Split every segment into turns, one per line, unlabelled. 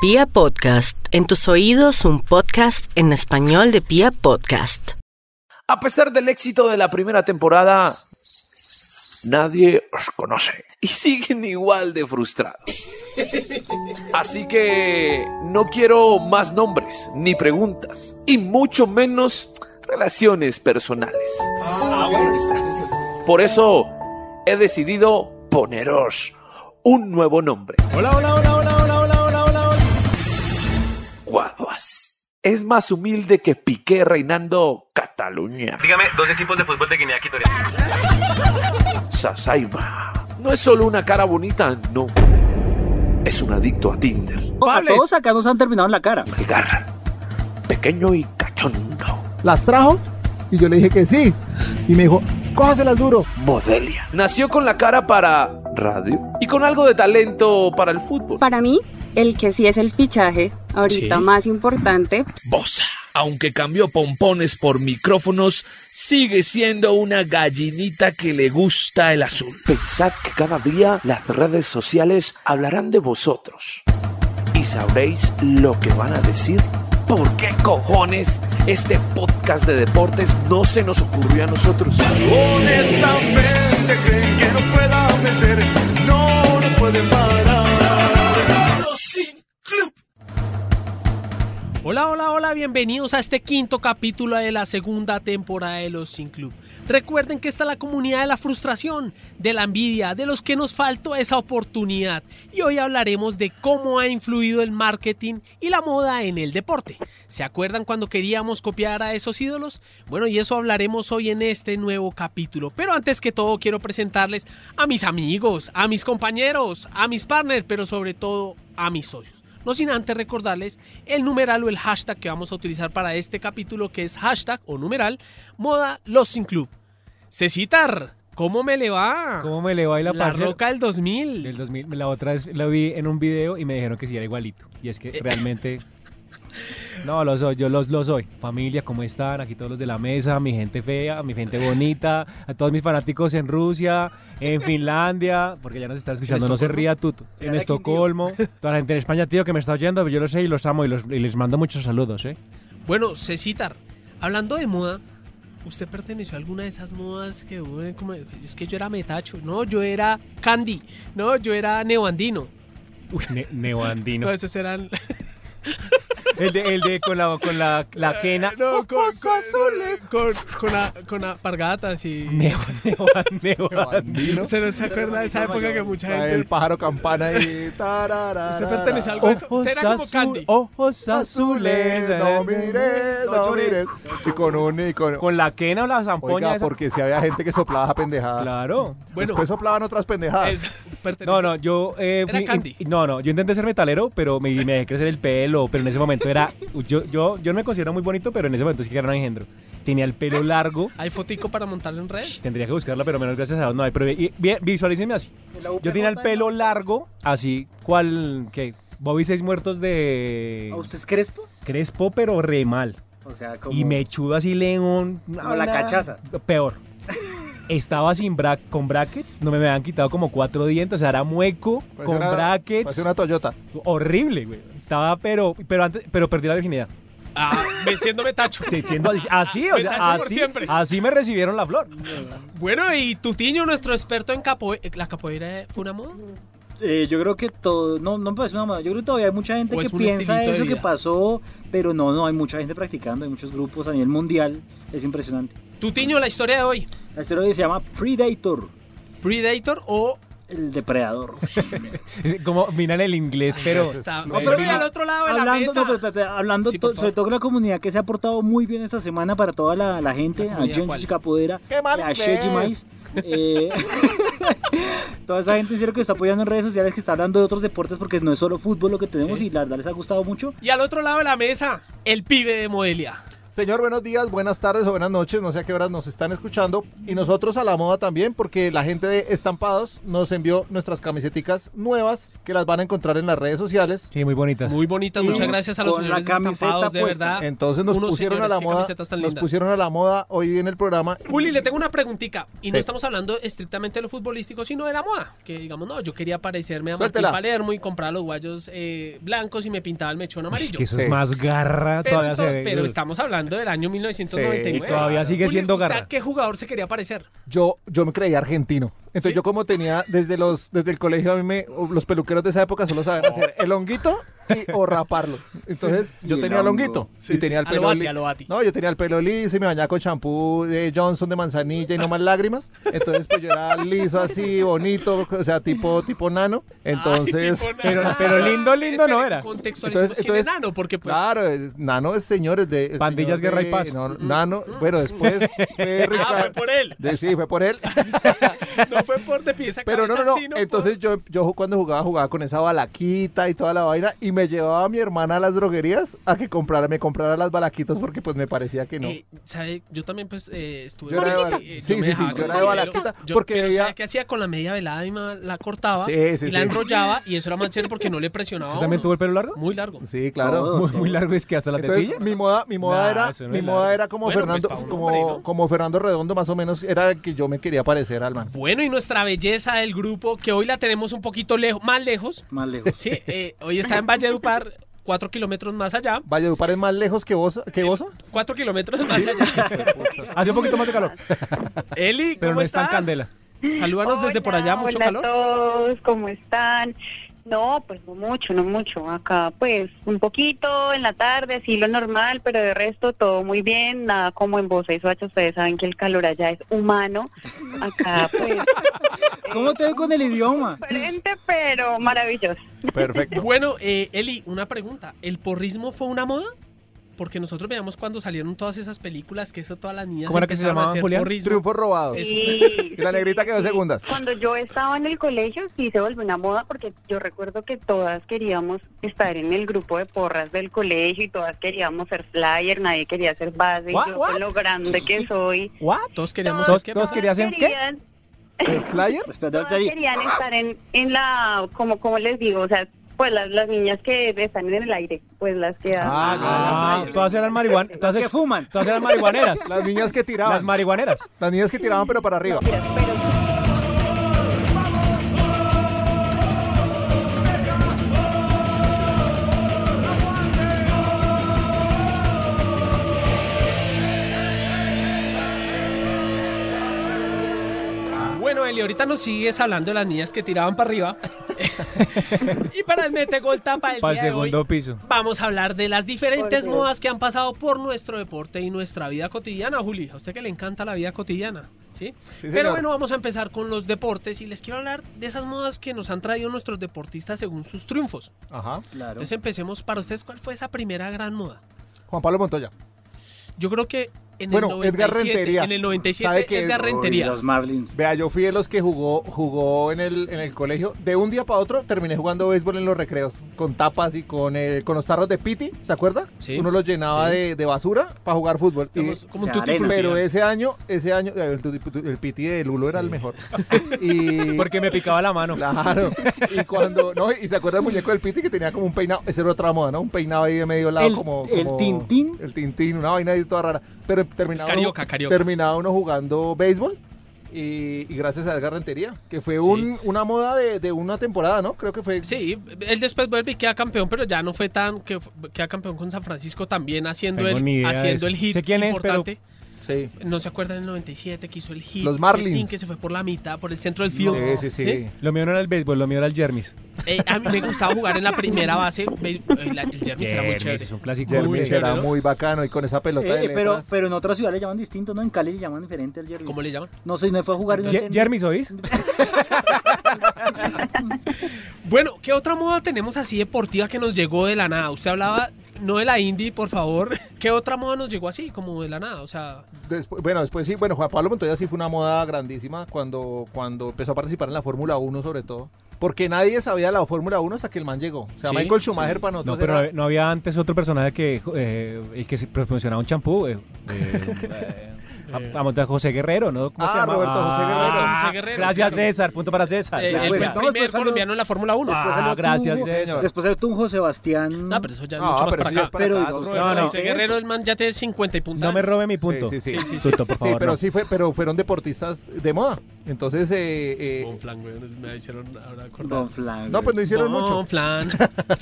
Pia Podcast, en tus oídos un podcast en español de Pia Podcast.
A pesar del éxito de la primera temporada, nadie os conoce y siguen igual de frustrados. Así que no quiero más nombres, ni preguntas, y mucho menos relaciones personales.
Ah,
Por eso he decidido poneros un nuevo nombre.
Hola, hola, hola, hola, hola, hola, hola, hola. hola.
Guaduas. Es más humilde que Piqué reinando Cataluña.
Dígame, dos equipos de fútbol de Guinea Ecuatorial.
Sasaima. No es solo una cara bonita, no. Es un adicto a Tinder.
Pales.
A todos acá nos han terminado en la cara.
Melgar. Pequeño y cachondo.
las trajo y yo le dije que sí. Y me dijo, cójaselas duro.
Modelia. Nació con la cara para radio y con algo de talento para el fútbol.
Para mí, el que sí es el fichaje, ahorita
Sí.
más importante,
Bosa. Aunque cambió pompones por micrófonos, sigue siendo una gallinita que le gusta el azul. Pensad que cada día las redes sociales hablarán de vosotros. Y sabréis lo que van a decir. ¿Por qué cojones este podcast de deportes no se nos ocurrió a nosotros?
Honestamente creen que no pueda vencer. No nos pueden parar.
Hola, hola, hola, bienvenidos a este quinto capítulo de la segunda temporada de Los Sin Club. Recuerden que está la comunidad de la frustración, de la envidia, de los que nos faltó esa oportunidad. Y hoy hablaremos de cómo ha influido el marketing y la moda en el deporte. ¿Se acuerdan cuando queríamos copiar a esos ídolos? Bueno, y eso hablaremos hoy en este nuevo capítulo. Pero antes que todo quiero presentarles a mis amigos, a mis compañeros, a mis partners, pero sobre todo a mis socios. No sin antes recordarles el numeral o el hashtag que vamos a utilizar para este capítulo, que es hashtag o numeral moda los sin club. Cecitar, ¿cómo me le va?
¿Cómo me le va y la,
la
parce?
roca del 2000.
Del 2000. La otra vez la vi en un video y me dijeron que sí era igualito. Y es que realmente. No, lo soy, yo los, lo soy. Familia, ¿cómo están? Aquí todos los de la mesa, mi gente fea, mi gente bonita, a todos mis fanáticos en Rusia, en Finlandia, porque ya nos están escuchando, no se
Estocolmo?
ría Tuto. En Estocolmo, toda la gente en España, tío, que me está oyendo, yo los sé y los amo y, los- y les mando muchos saludos, ¿eh?
Bueno, Cecitar, hablando de moda, ¿usted perteneció a alguna de esas modas que hubo en como- es que yo era metacho? No, yo era candy. No, yo era neoandino.
Uy, ne-
No,
neoandino.
esos eran
El de, el de con la, con la, la quena.
no, con, con, con, con a- con apargatas y
Neo- neo- neoandino.
Bandino.
¿Usted no se acuerda de esa época que mucha gente
El pájaro campana y tararara.
Usted pertenece a algo de eso.
Ojos,
Usted era como
azul-
Candy.
ojos
azules.
azules.
No mires, no
llores.
mires. Y con un y con.
Con la quena o la zampoña.
Oiga,
esa-
porque si había gente que soplaba esa pendejada.
Claro.
Bueno,
Después soplaban otras pendejadas.
es- perteneció-
No, no, yo. eh,
Era
fui-
Candy.
in- No, no, yo intenté ser metalero, pero me, me dejé crecer el pelo. Pero en ese momento era. Yo, yo, yo no me considero muy bonito, pero en ese momento sí que era un engendro. Tenía el pelo largo.
¿Hay fotico para montarlo en red?
Sh, Tendría que buscarla, pero menos gracias a Dios no hay. Pero vi- vi- visualícenme así. Yo tenía el pelo largo, así, cual. ¿Qué? Bobby Seis Muertos de
¿A usted es crespo?
Crespo, pero re mal.
O sea, como...
Y me chudo así león.
Como la cachaza.
Peor. Estaba sin bra con brackets, no me, habían quitado como cuatro dientes, o sea, era mueco,
Parecía
con
una-
brackets.
Parecía una Toyota.
Horrible, güey. Estaba, pero, pero antes, pero perdí la virginidad.
Ah, me- siendo metacho.
Sí, siendo así, así, o
Me
sea,
tacho por
así,
siempre.
así me recibieron la flor.
Bueno, y Tutiño, nuestro experto en capoeira. ¿La capoeira fue una moda?
Eh, yo creo que todo... No, no me parece una moda. Yo creo que todavía hay mucha gente
O
que
es un
piensa
estilito de
eso que
vida.
pasó, pero no, no, hay mucha gente practicando, hay muchos grupos a nivel mundial. Es impresionante.
Tutiño, la historia de hoy.
La historia de hoy se llama Predator,
Predator o.
el depredador.
Es Como miran el inglés, pero.
Está-
no,
Oh,
pero
pero mira, al otro lado de la
hablando
mesa.
no, pero, pero, pero, hablando
Sí, por
to- sobre
favor.
todo con la comunidad que se ha portado muy bien esta semana para toda la, la gente,
¿La
a
comunidad
James
cuál?
Chicapodera,
¡Qué mal
a
inglés!
Sheji Mais. eh, toda esa gente en serio que está apoyando en redes sociales, que está hablando de otros deportes porque no es solo fútbol lo que tenemos
Sí.
y la verdad les ha gustado mucho.
Y al otro lado de la mesa, el pibe de Modelia.
Señor, buenos días, buenas tardes o buenas noches, no sé a qué horas nos están escuchando. Y nosotros a la moda también, porque la gente de Estampados nos envió nuestras camiseticas nuevas que las van a encontrar en las redes sociales.
Sí, muy bonitas.
Muy bonitas, muchas
Con
gracias a los
la
señores de
camiseta
estampados, de
puesta.
verdad.
Entonces nos
Ah, unos
pusieron
señores,
a la
qué
moda,
camisetas tan
nos
lindas.
pusieron a la moda hoy en el programa.
Juli, le tengo una preguntica. Y no
Sí.
estamos hablando estrictamente de lo futbolístico, sino de la moda. Que digamos, no, yo quería parecerme a
Suéltela.
Martín Palermo y comprar los guayos eh, blancos y me pintaba el mechón amarillo.
Que eso
Sí.
es más garra
pero,
todavía se
entonces-
ve.
pero estamos hablando del año 1999.
Y todavía sigue
Juli,
siendo
¿usted
garra.
¿A qué jugador se quería parecer?
Yo, yo me creía argentino. Entonces
¿Sí?
yo como tenía desde los desde el colegio a mí me los peluqueros de esa época solo saben hacer el honguito y, o raparlo. Entonces
Y
yo
el
tenía el
hongo.
honguito
Sí,
y tenía
sí.
el
A lo
pelo
Bati,
li-
a lo Bati.
No, yo tenía el pelo liso y me bañaba con champú de Johnson de manzanilla y no más lágrimas. Entonces pues yo era liso así, bonito, o sea, tipo tipo nano. Entonces
Ay, tipo
Pero,
nano.
pero lindo, lindo no
Espere,
era.
Contextualicemos
Entonces-
quién es
entonces-
Nano, porque pues...
Claro, es- Nano es señores de... el
Pandillas,
señor
Guerra y
de-
Paz.
no, nano, bueno, después fue
Ah, fue
Ricardo-
por él.
de- sí, fue por él.
No fue por de pieza
Pero no, no, no.
sino por-
Entonces yo, yo cuando jugaba, jugaba con esa balaquita y toda la vaina y me llevaba a mi hermana a las droguerías a que comprara, me comprara las balaquitas porque pues me parecía que no.
Eh, ¿sabe? Yo también, pues, eh, estuve.
Yo era de
Mariquita.
bala-
Eh,
sí,
me
sí, sí, yo era
dejaba crecer
de
el
balaquita,
pelo. Yo-
porque
pero
veía-
¿sabe qué hacía con la media velada? Mi mamá la cortaba
Sí, sí,
y la
sí.
enrollaba y eso era más chévere porque no le presionaba.
¿Usted
a
también
uno.
tuvo el pelo largo?
Muy largo.
Sí, claro.
Todos.
Muy, muy largo, es que hasta la tetilla.
Entonces mi moda, mi moda
Nah,
era,
eso no
mi
es
moda
largo.
era como
Bueno, pues,
Fernando,
pa' un
como,
hombre, ¿no?
como Fernando Redondo más o menos era el que yo me quería parecer al man.
Bueno, y nuestra belleza del grupo, que hoy la tenemos un poquito lejos, más lejos.
Más lejos.
Sí, eh, hoy está en Valledupar, cuatro kilómetros más allá.
Valledupar es más lejos que vos, que vos.
Cuatro kilómetros más allá.
Hace un poquito más de calor.
Eli, ¿cómo
Pero no es
estás?
tan candela.
Salúdanos desde por allá, mucho
hola
calor.
a todos, ¿cómo están? No, pues no mucho, no mucho. Acá, pues un poquito en la tarde, así lo normal, pero de resto todo muy bien. Nada como en Bosa y Soacha, ustedes saben que el calor allá es humano. Acá, pues.
¿Cómo te ve con el idioma?
Diferente, pero maravilloso.
Perfecto.
Bueno, eh, Eli, una pregunta. ¿El porrismo fue una moda? Porque nosotros veíamos cuando salieron todas esas películas que eso todas las niñas
¿Cómo era que se
empezaron a
llamaban,
hacer
Julián?
porrismo.
Triunfos robados.
Eh, Sí,
Y la negrita quedó
sí.
segundas.
Cuando yo estaba en el colegio sí se volvió una moda porque yo recuerdo que todas queríamos estar en el grupo de porras del colegio y todas queríamos ser flyer, nadie quería ser base, y
What,
yo
what?
con lo grande que soy.
¿What?
Todos queríamos
Todos-
¿qué?
todos querían ser qué?
querían-
¿El flyer?
Espérate,
todas
ahorita ahí.
querían estar en, en la, como, como les digo, o sea, pues las, las niñas que están en el aire, pues las que...
Ah, todas eran marihuaneras. Todas,
¿Qué fuman?
todas eran marihuaneras.
Las niñas que tiraban.
Las marihuaneras.
Las niñas que tiraban, pero para arriba.
Bueno, Eli, ahorita nos sigues hablando de las niñas que tiraban para arriba. y para el metegol tapa el
Para el
día de hoy,
segundo piso.
Vamos a hablar de las diferentes
Por Dios.
modas que han pasado por nuestro deporte y nuestra vida cotidiana, Juli. A usted que le encanta la vida cotidiana, ¿sí?
Sí,
Pero
señor.
bueno, vamos a empezar con los deportes y les quiero hablar de esas modas que nos han traído nuestros deportistas según sus triunfos.
Ajá.
Claro.
Entonces empecemos para ustedes, ¿cuál fue esa primera gran moda?
Juan Pablo Montoya.
Yo creo que en
Bueno,
el 97,
Edgar Rentería.
en el
¿Sabe
97
qué es?
Edgar
Uy,
Rentería.
los Marlins.
Vea, yo fui de los que jugó, jugó en el, en el colegio. De un día para otro terminé jugando béisbol en los recreos, con tapas y con, eh, con los tarros de piti, ¿se acuerda?
Sí.
Uno los llenaba de, de basura para jugar fútbol. Y-
Digamos, como un
de
tutti
arena.
frutti,
pero
¿no?
ese año, ese año, eh, el, tuti- puti- el piti de Lulo era el mejor. Y,
Porque me picaba la mano.
Claro. Y cuando, no, y se acuerda el muñeco del piti que tenía como un peinado, ese era otra moda, ¿no? Un peinado ahí de medio lado
El-
como,
el
como-
tintín.
El tintín, una vaina ahí toda rara. Pero terminaba.
El
uno-
carioca, carioca.
Terminaba uno jugando béisbol. Y, y gracias a Edgar Rentería, que fue un, una moda de, de una temporada, ¿no? Creo que fue.
Sí, él después vuelve y queda campeón, pero ya no fue tan que fu- queda campeón con San Francisco también haciendo
Tengo ni
el
idea de
haciendo
eso.
el hit
Sé quién es, pero-
importante.
Sí.
No se acuerdan del 97 que hizo el hit,
Los
el
Marlins.
team que se fue por la mitad, por el centro del field.
Sí, sí, sí.
Lo mío no era el béisbol, lo mío era el Jermis.
Eh, a mí me gustaba jugar en la primera base. ve- eh, la- El Jermis era muy chévere.
es un clásico.
Jermis
Jeremy
chévere,
era
¿no?
muy bacano y con esa pelota
Eh,
de
eh, pero,
letras.
pero en otras ciudades le llaman distinto, ¿no? En Cali le llaman diferente al Jermis.
¿Cómo le llaman?
No sé, no fue a jugar. y no
Ye-
entendí.
Jermis, ¿oís?
Bueno, ¿qué otra moda tenemos así deportiva que nos llegó de la nada? Usted hablaba no de la indie, por favor. ¿Qué otra moda nos llegó así, como de la nada? O sea,
Despu- bueno, después sí, bueno, Juan Pablo Montoya sí fue una moda grandísima cuando, cuando empezó a participar en la Fórmula 1 sobre todo. Porque nadie sabía la Fórmula 1 hasta que el man llegó. O sea,
Sí,
Michael Schumacher
sí.
para nosotros
No, pero
era-
no había- no había antes otro personaje que eh, el que se promocionaba un champú. eh, eh, eh, a- a montar José Guerrero, ¿no? ¿Cómo se
Ah,
llama? Ah,
Roberto José Guerrero.
José Guerrero,
Gracias,
claro.
César. Punto para
ah,
César.
Eh,
Gracias.
él fue el
no,
primer
después salió-
colombiano en la Fórmula 1.
Después
Ah,
salió
gracias,
Tunjo,
señor.
Después salió Tunjo Sebastián.
No, Ah, pero eso ya es
No,
mucho más
Ah, pero
para
eso ya
acá.
es para
Pero
acá,
digamos,
no,
Roberto
no, no.
José Guerrero, el man ya tiene 50 y punta.
No me robe mi
Sí,
punto.
sí, sí.
Tuto,
Sí,
por
Sí,
favor.
pero
no.
sí fue, pero fueron deportistas de moda. Entonces, eh, eh,
Bonflan, güey, me hicieron ahora acordar.
Don Flan.
no, pues no hicieron mucho.
Bonflan.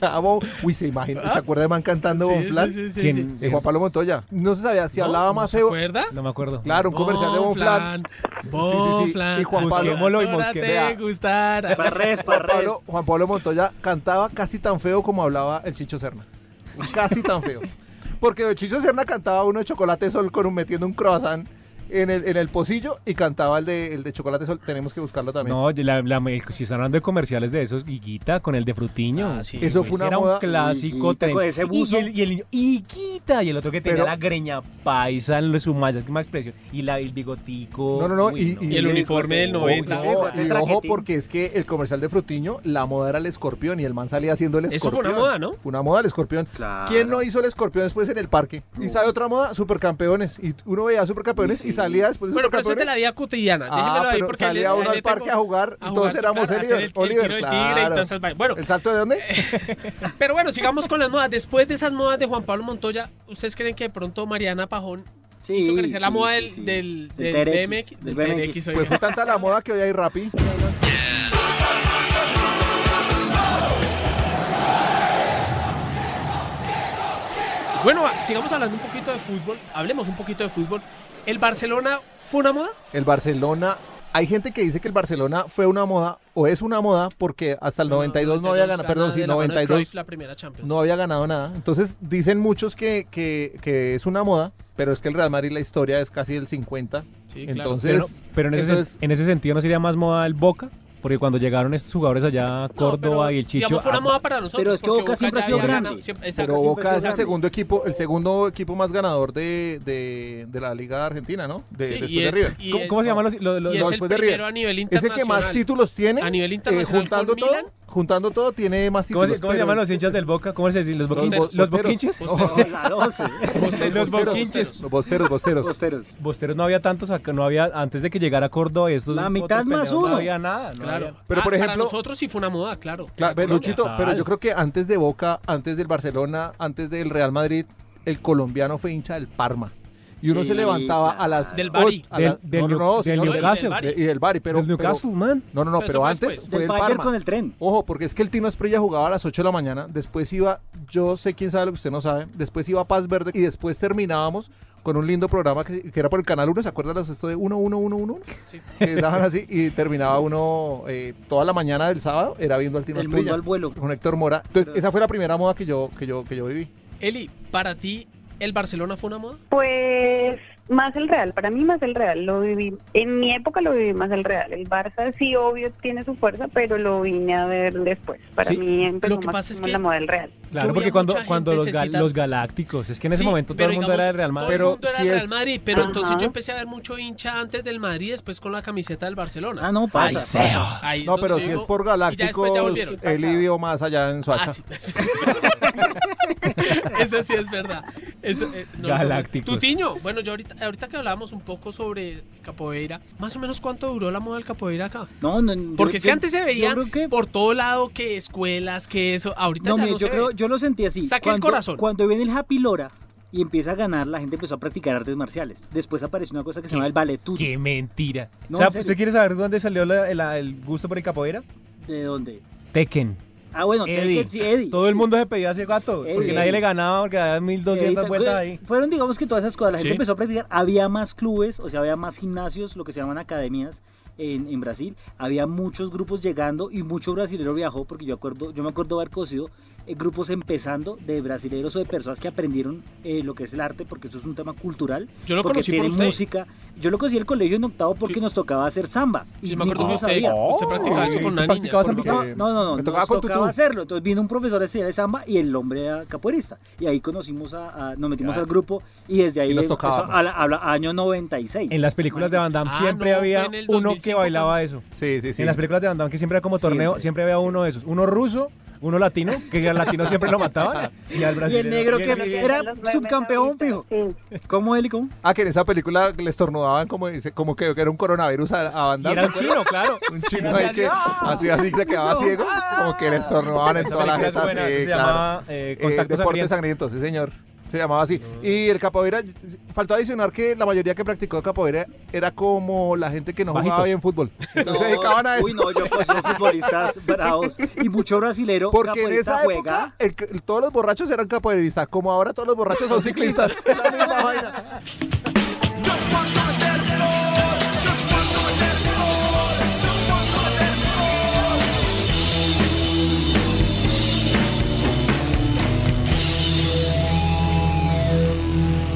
Ah, Bon- Uy, se imagina, ¿se acuerda de man cantando Bonflan?
Sí, sí, sí,
¿Quién-
sí.
Eh, Juan Pablo Montoya. No se sabía si
¿No?
hablaba
¿No
más
se
feo.
acuerda?
No me acuerdo.
Claro, un comercial de Bonflan. Sí, sí, sí.
Bonflan.
Y Juan
Pablo-
Busquémoslo y
Ahora te
Juan
mosquea.
Parres, parres.
Pablo, Juan Pablo Montoya cantaba casi tan feo como hablaba el Chicho Serna. Casi tan feo. Porque el Chicho Serna cantaba uno de Chocolate Sol con un, metiendo un croissant en el, en el pocillo y cantaba el de, el de Chocolate Sol. Tenemos que buscarlo también.
No, la- la- el- si están hablando de comerciales de esos, Higuita con el de Frutiño.
Ah, sí.
Eso
Ese
fue una
era
moda.
un clásico.
Higuita con ese buzo.
Y el, y el niño, Higuita. Y el otro que tenía
Pero-
la greña paisa en su máxima expresión. Y la, el bigotico.
No, no, no,
Uy,
y-
Y el
Sí,
uniforme del
Oh,
Uy,
90.
sí,
no,
güey.
y
El
ojo
traquetín.
porque es que el comercial de Frutiño, la moda era el escorpión y el man salía haciendo el
Eso
escorpión.
fue una moda, ¿no?
Fue una moda el escorpión.
Claro.
¿Quién no hizo el escorpión después en el parque? ¿Y sabe otra moda? Supercampeones. Y uno veía supercampeones
Sí,
y
sí.
salía después de
Bueno, pero eso es de
supercampeones.
la vida cotidiana. Déjenmelo
pues, ah,
ahí
pero
porque ahí le-
salía
ahí
uno
le
al parque
tengo-
a jugar,
a
y todos
jugar,
éramos
claro, a hacer
Oliver.
el- el
Oliver,
tiro del tigre y
claro.
todas esas vainas. Bueno.
¿El salto de dónde?
Pero bueno, sigamos con las modas. Después de esas modas de Juan Pablo Montoya, ¿ustedes creen que de pronto Mariana Pajón
Sí,
hizo crecer la
sí,
moda
sí,
del,
sí.
del,
Del
del
TRX,
BMX? del
del BMX.
TRX, oiga.
Pues fue tanta la moda que hoy hay Rappi.
Bueno, sigamos hablando un poquito de fútbol. Hablemos un poquito de fútbol. ¿El Barcelona fue una moda?
El Barcelona. Hay gente que dice que el Barcelona fue una moda o es una moda porque hasta el 92 no había ganado, perdón,
de
sí,
la mano de
92
Cruyff, la primera Champions.
no había ganado nada. Entonces dicen muchos que, que- que es una moda, pero es que el Real Madrid la historia es casi del 50.
Sí, claro.
Pero,
Entonces,
no- pero en, ese, sen-
entonces-
en ese sentido no sería más moda el Boca. Porque cuando llegaron estos jugadores allá,
No,
Córdoba
pero,
y el Chicho.
Digamos, fue una
ah,
moda para nosotros.
Pero es que
porque
Boca siempre
ya
ha sido
había
grande.
ganado, siempre- exacto,
pero
siempre ha
Boca es
sido
el
grande.
segundo equipo, el segundo equipo más ganador de, de- de la Liga Argentina, ¿no? De-
Sí, y
después de
es-
River.
y
¿Cómo,
es-
cómo se llaman los.? los- los-
y es el
después de
primero
River.
a nivel
Es
internacional.
el que más títulos tiene.
A nivel
eh,
internacional
juntando
con
todo,
Milan.
juntando todo tiene
¿Cómo,
más títulos.
se, cómo se
pero-
llaman los hinchas del Boca? ¿Cómo se dicen? ¿Los,
Los
boquinches?
bo-
¿Los
bosteros.
boquinches?
Oh, la 12.
Los boquinches.
Los bosteros, bosteros.
Posteros.
Bosteros no había tantos acá, no había antes de que llegara Córdoba y estos
La
otros
mitad más
pendejos,
uno.
No había nada, no
Claro.
había-
Pero, por
Ah, para
ejemplo-
nosotros sí fue una moda, claro.
Claro,
Para
pero, Luchito,
Colombia.
pero
Total.
yo creo que antes de Boca, antes del Barcelona, antes del Real Madrid, el colombiano fue hincha del Parma. Y uno
Sí,
se levantaba a
claro.
las.
Del
ot-
Bari.
a las-
Del- del
no, no,
Neu-
no,
del
señor,
Newcastle.
de- Y del Bari, pero.
Del Newcastle, man.
pero- no, no, no,
Pero
pero,
eso fue
antes
después.
fue
Del
el
Bayern
Parma.
con el tren.
Ojo, porque es que el Tino Esprella jugaba a las 8 de la mañana, después iba, yo sé quién sabe lo que usted no sabe, después iba Paz Verde y después terminábamos con un lindo programa que, que era por el Canal 1, ¿se acuerdan los esto de 1, 1, 1, 1?
Sí.
Que daban así y terminaba uno eh, toda la mañana del sábado, era viendo al Tino
El
Esprella
mundo al vuelo.
con Héctor Mora. Entonces, esa fue la primera moda que yo, que yo, que yo viví.
Eli, ¿para ti el Barcelona fue una moda?
Pues más el Real, para mí más el Real, lo viví, en mi época lo viví más el Real, el Barça sí obvio tiene su fuerza, pero lo vine a ver después, para
Sí,
mí empezó
lo que
más
pasa es
como
que-
la moda del Real.
Claro,
Yo vi
porque
a
cuando,
mucha
cuando
gente
los,
se
gal-
cita-
los galácticos, es que en ese
Sí,
momento todo
pero
el mundo
digamos,
era del Real Madrid.
Todo el
Pero
mundo era
sí
del Real
es-
Madrid, pero
Ajá.
entonces yo empecé a ver mucho hincha antes del Madrid, después con la camiseta del Barcelona.
Ah, no, pasa.
Ahí
No,
donde
pero
yo
si
digo,
es por
y ya después
Galácticos,
ya volvieron.
él vivió más allá en Suacha.
Ah, sí. Eso sí es verdad. Eso, eh, no, no, no.
Galácticos.
Tutiño, bueno, yo ahorita, ahorita que hablábamos un poco sobre capoeira, más o menos cuánto duró la moda del capoeira acá.
No, no, yo-
Porque es que
yo-
antes se
Yo
veía
creo que.
por todo lado que escuelas, que eso. Ahorita
No,
ya
mire,
no
yo
se
creo,
ve.
yo lo sentí así.
Saque el
Cuando-
corazón.
Cuando viene el Happy Lora y empieza a ganar, la gente empezó a practicar artes marciales. Después apareció una cosa que se llama el baletud.
¡Qué mentira!
No,
o sea,
en serio.
¿usted quiere saber dónde salió la- la- el gusto por el capoeira?
¿De dónde?
Tekken.
Ah, bueno,
Eddie.
Tekken, sí, Eddie.
Todo el mundo se pedía a ese gato,
Ey,
porque
ey.
nadie le ganaba, porque había 1200
Edita-
vueltas
fue-
ahí.
Fueron, digamos que todas esas cosas. La gente
Sí.
empezó a practicar. Había más clubes, o sea, había más gimnasios, lo que se llaman academias en, en Brasil. Había muchos grupos llegando y mucho brasilero viajó, porque yo, acuerdo, yo me acuerdo haber cosido eh, grupos empezando de brasileños o de personas que aprendieron eh, lo que es el arte, porque eso es un tema cultural.
Yo lo
porque
conocí por
tiene
usted.
música. Yo lo conocí en el colegio en octavo porque nos tocaba hacer samba. Y
Sí, me acuerdo
ninguno
que usted-
sabía. Oh.
usted practicaba eso con una
¿Tú
niña,
practicabas
por lo
No,
ambi-
no, no, no,
Me
nos
tocaba
tocaba
con tutú.
hacerlo. Entonces vino un profesor a estudiar el samba y el hombre era capoeirista. Y ahí conocimos a, a- nos metimos
Ya.
al grupo y desde ahí
Y nos
empezó
tocábamos.
a la- a la- año 96.
En las películas de Van Damme
Ah,
siempre
no,
había
fue en el
uno
2005
que bailaba eso.
Sí, sí, sí.
En las películas de Van Damme que siempre era como torneo, siempre,
Siempre,
había uno de esos. Uno ruso, uno latino, que al latino siempre lo mataban. Y al
Y
brasileño.
el negro
y
que
el- y el-
era
Los memes
subcampeón,
ahorita,
fijo.
sí.
¿Cómo él y cómo?
Ah, que en esa película le estornudaban como, dice- como que, que era un coronavirus a, a Van
y
Damme,
era un
¿te acuerdas?
chino, claro.
Un chino ahí que así, así se quedaba ciego,
Ah.
como que le estornudaban en
Esa
toda la
película es
jeta.
buena,
sí,
eso se
claro.
llamaba, eh,
Eh,
Contacto
Deporte
Sangriento.
Sangriento, sí señor. Se llamaba así. Y el capoeira, faltó adicionar que la mayoría que practicó capoeira era como la gente que no jugaba
Bajitos.
bien fútbol. Entonces se
No,
dedicaban a eso.
Uy, no, yo pues los futbolistas bravos. Y mucho brasilero
Porque en
capoeirista
esa
juega.
época el ca- el- todos los borrachos eran capoeiristas, como ahora todos los borrachos son ciclistas. la misma vaina.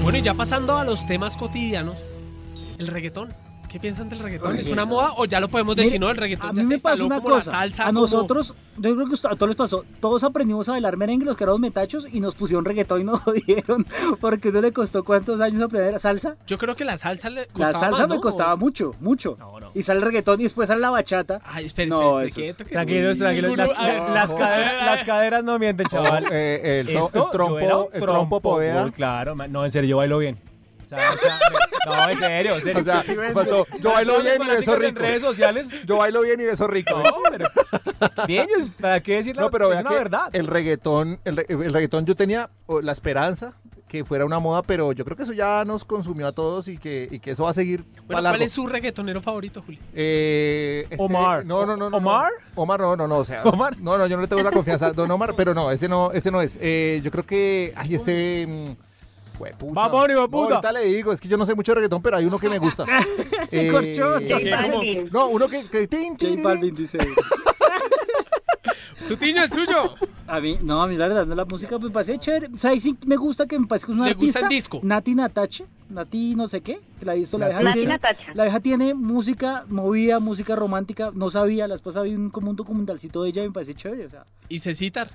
Bueno, y ya pasando a los temas cotidianos, el reggaetón. ¿Qué piensan del reggaetón?
Oye,
¿Es una
eso.
moda o ya lo podemos decir?
Mire,
no, el reggaetón
Eh,
ya
a mí
se
me pasó
instaló
una
como la
cosa.
salsa.
a
como-
nosotros, yo creo que a todos les pasó. Todos aprendimos a bailar merengue, los que éramos metachos, y nos pusieron reggaetón y nos jodieron. Porque no le costó cuántos años aprender salsa.
Yo creo que la salsa le
La
costaba
salsa
más,
me
¿no?
costaba mucho, mucho.
No, no.
Y sale el reggaetón y después sale la bachata.
Ay, espera, espera,
No,
espera,
eso
quieto,
es-
que-
Tranquilos, tranquilos. Las,
A ver,
las caderas, las caderas no mienten, chaval.
Como, eh, el, to- el
Esto, yo
trompo,
era un
el trompo poveda.
Uy, claro, ma- no, en serio, yo bailo bien. Salsa, me- no, en serio, en serio.
O sea, faltó, yo bailo
Todos los
bien y beso
fanáticos en
rico.
redes sociales.
Yo bailo bien y beso rico.
No, pero- Bien, ellos, ¿para qué decir la
No, pero
es
vea
una
que
verdad?
el reggaetón, el, re- el reggaetón yo tenía o, la esperanza que fuera una moda, pero yo creo que eso ya nos consumió a todos y que, y que eso va a seguir
Bueno,
pa' largo.
¿cuál es su reggaetonero favorito, Juli?
Eh, este-
Omar.
No, no, no, no, no.
¿Omar?
Omar, no, no, no. O sea,
¿Omar?
No, no, yo no le tengo la confianza. Don Omar, pero no, ese no, ese no es. Eh, yo creo que. Ay, este. mm, huepucha.
Vamos, hijo de
No,
puta.
ahorita le digo, es que yo no sé mucho de reggaetón, pero hay uno que me gusta.
Se
Eh,
corchó.
¿Qué? ¿Cómo?
Balvin.
No, uno que. que tin,
J
tin, tin.
Balvin dice.
¿Tu tiño, el suyo?
A mí, no, a mí la verdad, no, la música me parece chévere. O sea, ahí sí me gusta que me parece que es una
¿Le gusta
artista.
el disco?
Nati Natache, Nati no sé qué, que la hizo la vieja.
Nati
tiene-
Natacha.
La vieja tiene música movida, música romántica. No sabía, la esposa vi un, como un documentalcito de ella y me parece chévere. O sea,
Y se citar,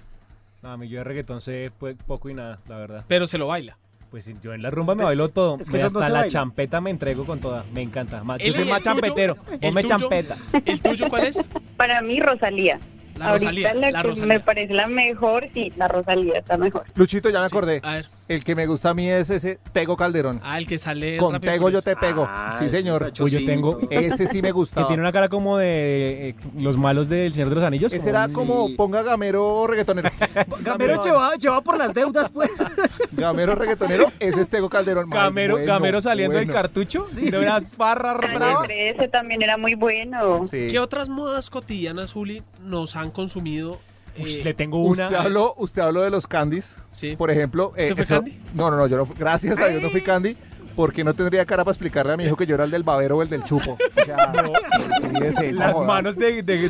No, a mí yo de reggaetón sé pues, poco y nada, la verdad.
pero se lo baila.
Pues yo en la rumba me bailo todo.
Es que
Me-
eso no
hasta
se
la
baila.
champeta me entrego con toda. Me encanta. Más- yo
Eli,
soy
¿el
más
tuyo?
champetero.
¿El
Ponme
tuyo?
champeta.
¿El tuyo cuál es?
Para mí, Rosalía.
La
Ahorita
Rosalía.
la,
la
que
Rosalía.
me parece la mejor, sí, la Rosalía está mejor.
Luchito, ya me
Sí,
acordé.
A ver,
El que me gusta a mí es ese Tego Calderón.
ah, el que sale
Con
rápido
Tego yo
eso.
te pego.
ah,
sí,
ese
señor.
Sacho
Uy, yo
sí,
tengo-
todo.
Ese sí me
Que
gusta.
tiene una cara como de eh, los malos del Señor de los Anillos.
Ese
como
era
un-
como ponga gamero o reggaetonero.
Gamero llevaba, llevaba por las deudas, pues.
Gamero reggaetonero, ese es Tego Calderón. Mae,
Gamero,
bueno,
gamero saliendo
bueno.
del cartucho. Y de unas farras
Calle
bravas.
13 también era muy bueno.
Sí.
¿Qué otras modas cotidianas, Juli, nos han consumido?
Uy,
eh,
le tengo una.
Usted habló, usted habló de los candies,
sí.
por ejemplo. eh,
¿Usted fue
eso-
candy?
No, no, no, yo no, fui- gracias a Dios no fui candy, porque no tendría cara para explicarle a mi hijo que yo era el del babero o el del chupo. O sea, olvídese, no
Las
joda.
manos de, de, de,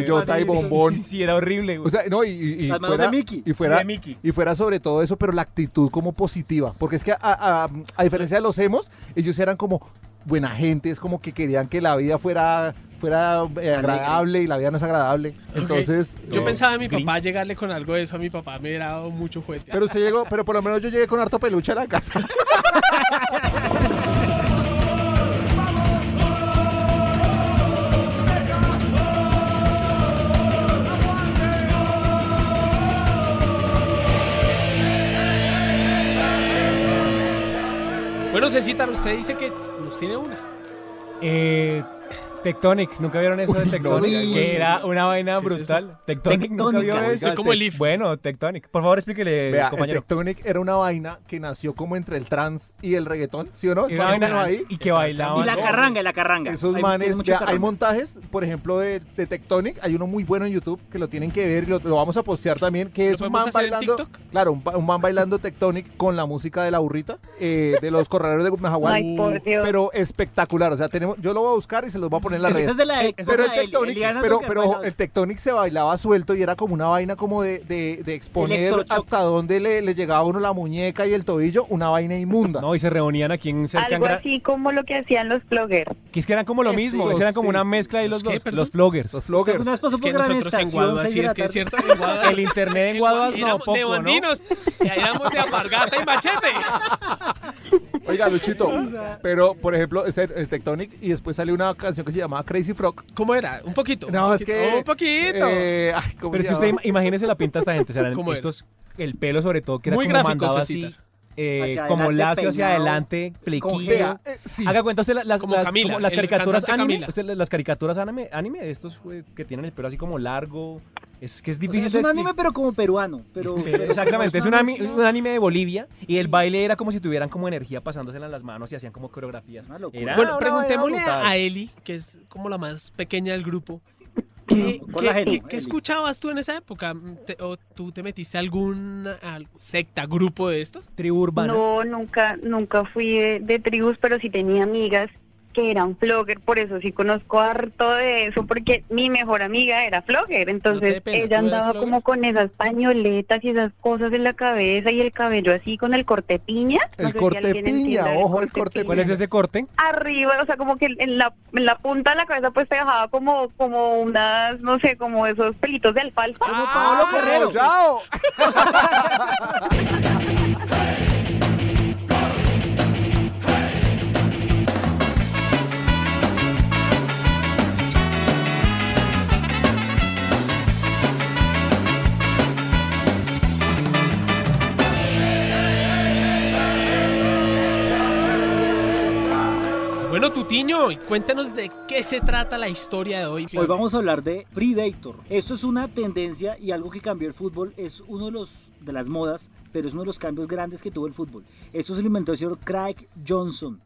De Jota y Bombón.
Sí, era horrible, güey.
O sea, no, y, y- y
Las manos
fuera,
de Mickey.
Y fuera,
Sí, de Mickey.
y fuera sobre todo eso, pero la actitud como positiva. Porque es que a, a- a diferencia de los hemos, ellos eran como buena gente, es como que querían que la vida fuera, fuera eh, agradable y la vida no es agradable. Entonces. eh,
Yo
no.
pensaba en mi papá llegarle con algo de eso a mi papá, me hubiera dado mucho juguete.
Pero usted llegó, pero por lo menos yo llegué con harto peluche a la casa.
Bueno, Cecitar, usted dice que nos tiene una.
Eh, Tectonic, ¿nunca vieron eso de Tectonic?
no.
que era una vaina
¿Qué es
brutal. Tectonic, ¿nunca
Tectónica.
vio
Oiga,
eso?
Soy como el Leaf.
Bueno, Tectonic. Por favor, explíquele,
Vea, el
compañero.
Tectonic era una vaina que nació como entre el trans y el reggaetón, ¿sí o no?
Era una
Más o
vaina
menos ahí.
y que bailaban.
Y la carranga, y la carranga.
Esos
Hay- tiene
manes,
mucha
vea, hay
carranga.
montajes, por ejemplo, de, de Tectonic, hay uno muy bueno en YouTube que lo tienen que ver y lo, lo vamos a postear también, que
¿Lo
es un
podemos
man
hacer en
bailando,
TikTok?
claro, un, ba- un man bailando Tectonic con la música de la burrita eh, de los corredores de Guanajuato,
Ay, por Dios.
pero espectacular, o sea, tenemos, yo lo voy a buscar y se los voy a poner en las
Esa
redes.
es de la-
Eh,
esa es
pero
la
el
L,
Tectonic,
Eliana
pero, eh,
Duque
pero
Armañoz.
el Tectonic se bailaba suelto y era como una vaina como de, de- de exponer
Electrochoc.
hasta donde le, le llegaba a uno la muñeca y el tobillo, una vaina inmunda.
No, y se reunían aquí en cerca. en
Algo
Gra-
así como lo que hacían los bloggers.
Que es que eran como lo
Eso,
mismo, es que eran como
sí,
una
sí.
mezcla de los
¿Los qué,
dos,
perdón?
los floggers.
Los
O
floggers.
sea, una vez pasó
Es que
por Gran
nosotros en
Estación,
Guaduas,
seis
sí,
de
es
la
que es
tarde.
cierto. en Guaduas-
El internet en
Guadu-
Guaduas no,
éramos
poco,
De
¿no?
bandinos, éramos de apargata y machete.
Oiga, Luchito, pero por ejemplo, es el, el Tectonic y después salió una canción que se llamaba Crazy Frog.
¿Cómo era? Un poquito.
No,
un
es
poquito,
que.
Un poquito.
eh, ay, ¿cómo
Pero es
se
que usted
llama?
im- imagínese la pinta de esta gente, o sea, eran
¿Cómo era?
estos, el pelo sobre todo, que era
Muy
como
gráfico,
mandado
Cecita.
así, eh,
Hacia
como
adelante,
lacio hacia
peinado,
adelante, flequillo.
Vea, eh, sí.
Haga cuenta usted la- las,
Como
las,
Camila,
como las
el
caricaturas
cantante
anime,
Camila.
o sea, las caricaturas anime, anime de estos eh, que tienen el pelo así como largo, es que es
O sea,
difícil
es un
de
anime,
expli-
pero como peruano. Pero,
es que-
pero
Exactamente, es un, ami-
mezcla-
un anime de Bolivia y el baile era como si tuvieran como energía pasándosela en las manos y hacían como coreografías.
Una locura.
Era
bueno,
una
preguntémosle
vaina brutal.
a Eli, que es como la más pequeña del grupo. ¿Qué,
Con
qué-
la ajena,
qué-
Eli.
qué escuchabas tú en esa época? ¿Te- ¿O tú te metiste a alguna al- secta, grupo de estos?
tribu urbana.
No, nunca, nunca fui de, de tribus, pero sí tenía amigas que eran flogger, por eso sí conozco harto de eso, porque mi mejor amiga era flogger, entonces
dé pena, ¿tú
ella
eras
andaba
flogger?
como con esas pañoletas y esas cosas en la cabeza y el cabello así con el corte piña.
El
No sé si
corte
alguien
piña,
entienda
ojo, el corte
¿Cuál es ese corte?
arriba, o sea, como que en la, en la punta de la cabeza pues te dejaba como, como unas, no sé, como esos pelitos de alfalfa.
Pablo
Ah,
Guerrero. Yao.
Bueno, Tutiño, cuéntanos de qué se trata la historia de hoy.
Hoy vamos a hablar de Predator. Esto es una tendencia y algo que cambió el fútbol. Es uno de los de las modas, pero es uno de los cambios grandes que tuvo el fútbol. Esto se lo inventó el señor Craig Johnson.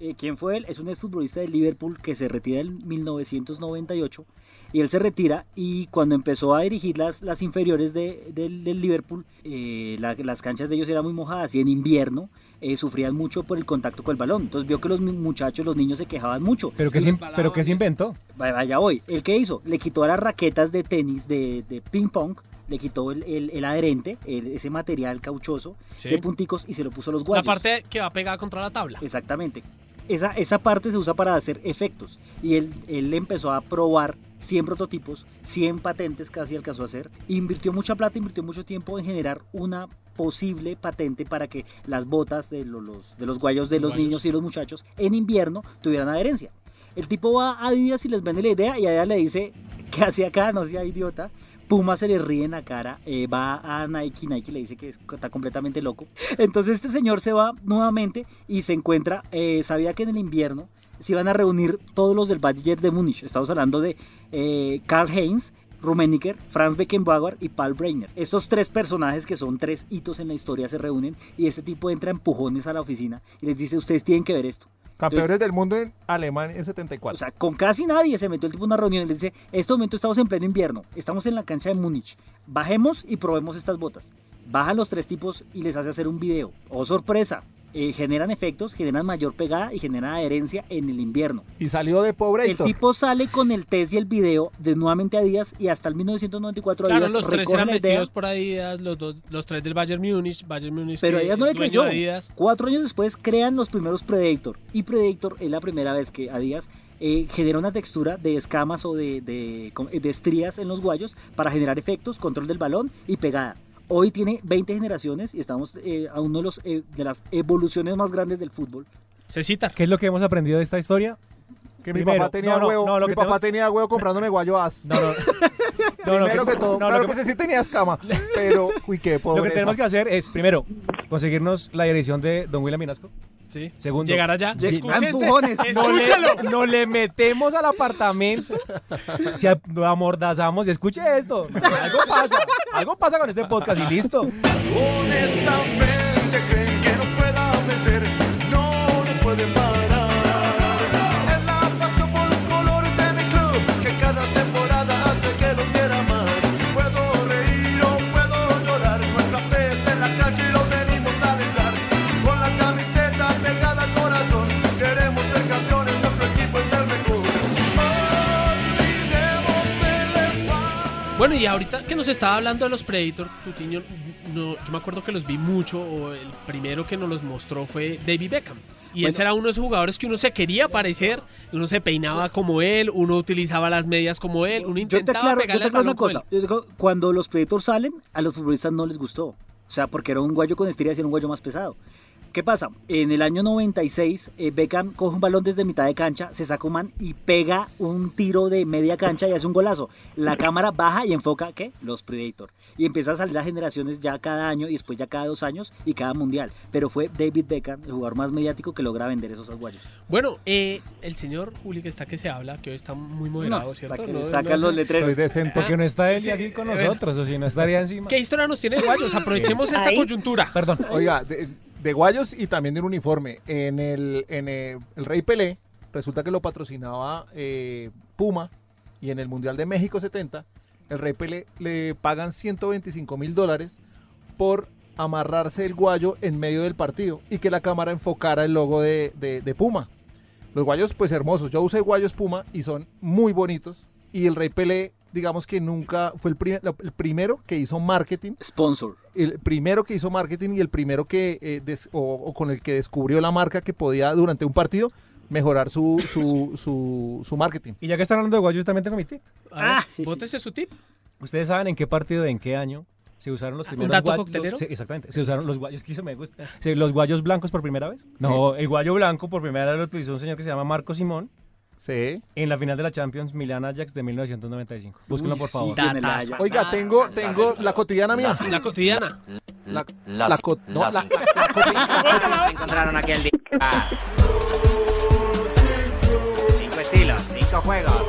Eh, ¿Quién fue él? Es un exfutbolista de Liverpool que se retira en 1998. Y él se retira y cuando empezó a dirigir las, las inferiores de- del del Liverpool, eh, la- las canchas de ellos eran muy mojadas y en invierno eh, sufrían mucho por el contacto con el balón. Entonces vio que los mu- muchachos, los niños se quejaban mucho.
Pero que,
Y-
se, in- pero que se inventó.
Vaya, vaya hoy. ¿El qué hizo? Le quitó a las raquetas de tenis, de, de ping pong, le quitó el, el- el adherente, el- ese material cauchoso
Sí.
de punticos y se lo puso a los
La
guayos.
parte que va pegada contra la tabla.
Exactamente. Esa, esa parte se usa para hacer efectos. Y él, él empezó a probar 100 prototipos, 100 patentes casi alcanzó a hacer. Invirtió mucha plata, invirtió mucho tiempo en generar una posible patente para que las botas de lo- los, de los guayos de
Los
los
guayos.
niños y los muchachos en invierno tuvieran adherencia. El tipo va a Adidas y les vende la idea y Adidas le dice, ¿qué hace acá? No sea idiota. Puma se le ríe en la cara, eh, va a Nike, Nike le dice que es- está completamente loco. Entonces este señor se va nuevamente y se encuentra, eh, sabía que en el invierno se iban a reunir todos los del Bayern de Múnich. Estamos hablando de eh, Karl Heinz, Rummenigge, Franz Beckenbauer y Paul Breiner. Estos tres personajes que son tres hitos en la historia se reúnen y este tipo entra a empujones a la oficina y les dice, ustedes tienen que ver esto.
Campeones del mundo en Alemania en
O
74.
sea, con casi nadie se metió el tipo en una reunión y le dice, en este momento estamos en pleno invierno, estamos en la cancha de Múnich, bajemos y probemos estas botas. Bajan los tres tipos y les hace hacer un video. ¡Oh, sorpresa! Eh, generan efectos, generan mayor pegada y generan adherencia en el invierno.
y salió de pobre
El tipo sale con el test y el video de nuevamente a Díaz y hasta el 1994
Claro,
Adidas
los tres
recoge
eran
la idea.
vestidos por Adidas, los, dos, los tres del Bayern Múnich, Bayern Múnich.
Pero
que
Adidas no
es
le
dueño
creyó.
de Adidas.
Cuatro años después crean los primeros Predator. Y Predator es la primera vez que Adidas eh, genera una textura de escamas o de, de, eh, de estrías en los guayos para generar efectos, control del balón y pegada. Hoy tiene 20 generaciones y estamos eh, a uno de, los, eh, de las evoluciones más grandes del fútbol.
Cecita.
¿Qué es lo que hemos aprendido de esta historia?
que mi
primero,
papá tenía
no, no,
huevo.
no, lo
mi
que
papá
tenemos-
tenía huevo comprándome guayoas.
No, no. No, no,
Primero que, todo,
no, lo
claro
que-
que, sí tenía escama, pero uy, qué pobre.
Lo que tenemos que hacer es, primero, conseguirnos la dirección de Don William Minasco.
Sí.
Segundo,
Llegar allá.
Llega-
Escuchen este-
empujones.
no le,
Escúchelo.
no le metemos al apartamento. Si a- lo amordazamos y escuche esto. Algo pasa. Algo pasa con este podcast y listo.
Honestamente creen que nos pueda vencer, no nos pueden parar. Es la pasión por los colores de mi club que cada temporada hace que los quiera más. Puedo reír o puedo llorar, nuestra fe está en la calle y lo venimos a alentar. Con la camiseta pegada al corazón, queremos ser campeones, nuestro equipo es el mejor.
Bueno, y ahorita que nos estaba hablando de los Predator, Tutiño, no, yo me acuerdo que los vi mucho, o el primero que nos los mostró fue David Beckham. Y ese era uno de esos jugadores que uno se quería parecer, uno se peinaba como él, uno utilizaba las medias como él, uno
Yo te
intentaba
aclaro, yo
pegarle
te
al
aclaro
balón
una
como
cosa. Yo digo, Cuando los Predators salen, a los futbolistas no les gustó. O sea, porque era un guayo con estiras y era un guayo más pesado. ¿Qué pasa? En el año 96, eh, Beckham coge un balón desde mitad de cancha, se saca un man y pega un tiro de media cancha y hace un golazo. La cámara baja y enfoca, ¿qué? Los Predator. Y empieza a salir las generaciones ya cada año y después ya cada dos años y cada mundial. Pero fue David Beckham, el jugador más mediático que logra vender esos guayos.
él. Bueno, eh, el señor Juli que está que se habla, que hoy está muy moderado,
No,
Ah, ¿cierto?
para que
No,
le
no,
sacan los letreros.
Estoy decente.
Porque no está él
Sí,
ni aquí con
bueno.
nosotros, o si no estaría encima.
¿Qué historia nos tiene Guayos? Aprovechemos esta
Ahí.
coyuntura.
Perdón.
Oiga, de, de guayos y también de un uniforme. En el, en el, el Rey Pelé, resulta que lo patrocinaba eh, Puma y en el Mundial de México 70, el Rey Pelé le pagan 125 mil dólares por amarrarse el guayo en medio del partido y que la cámara enfocara el logo de, de- de Puma. Los guayos, pues hermosos. Yo usé guayos Puma y son muy bonitos. Y el Rey Pelé, digamos que nunca fue el pri- el primero que hizo marketing
Sponsor.
el primero que hizo marketing y el primero que eh, des- o, o con el que descubrió la marca que podía durante un partido mejorar su, su, su, su marketing.
Y ya que están hablando de guayos, también tengo mi tip.
A ver,
Ah, sí, sí.
bótese su tip.
¿Ustedes saben en qué partido, en qué año se usaron los
Ah, ¿un
primeros
dato
guayos?
coctelero?
exactamente. Se usaron los guayos que hizo, me gusta. Se- ¿Los guayos blancos por primera vez? No, el guayo blanco por primera vez lo utilizó un señor que se llama Marco Simón
Sí.
en la final de la Champions Milán Ajax de 1995. Búsquenlo, por favor.
sí, en el
Datazo.
Ajax.
Oiga, tengo, tengo la cotidiana mía.
La cotidiana.
La, la co- no, la-
se encontraron aquel día. Cinco estilos, cinco juegos.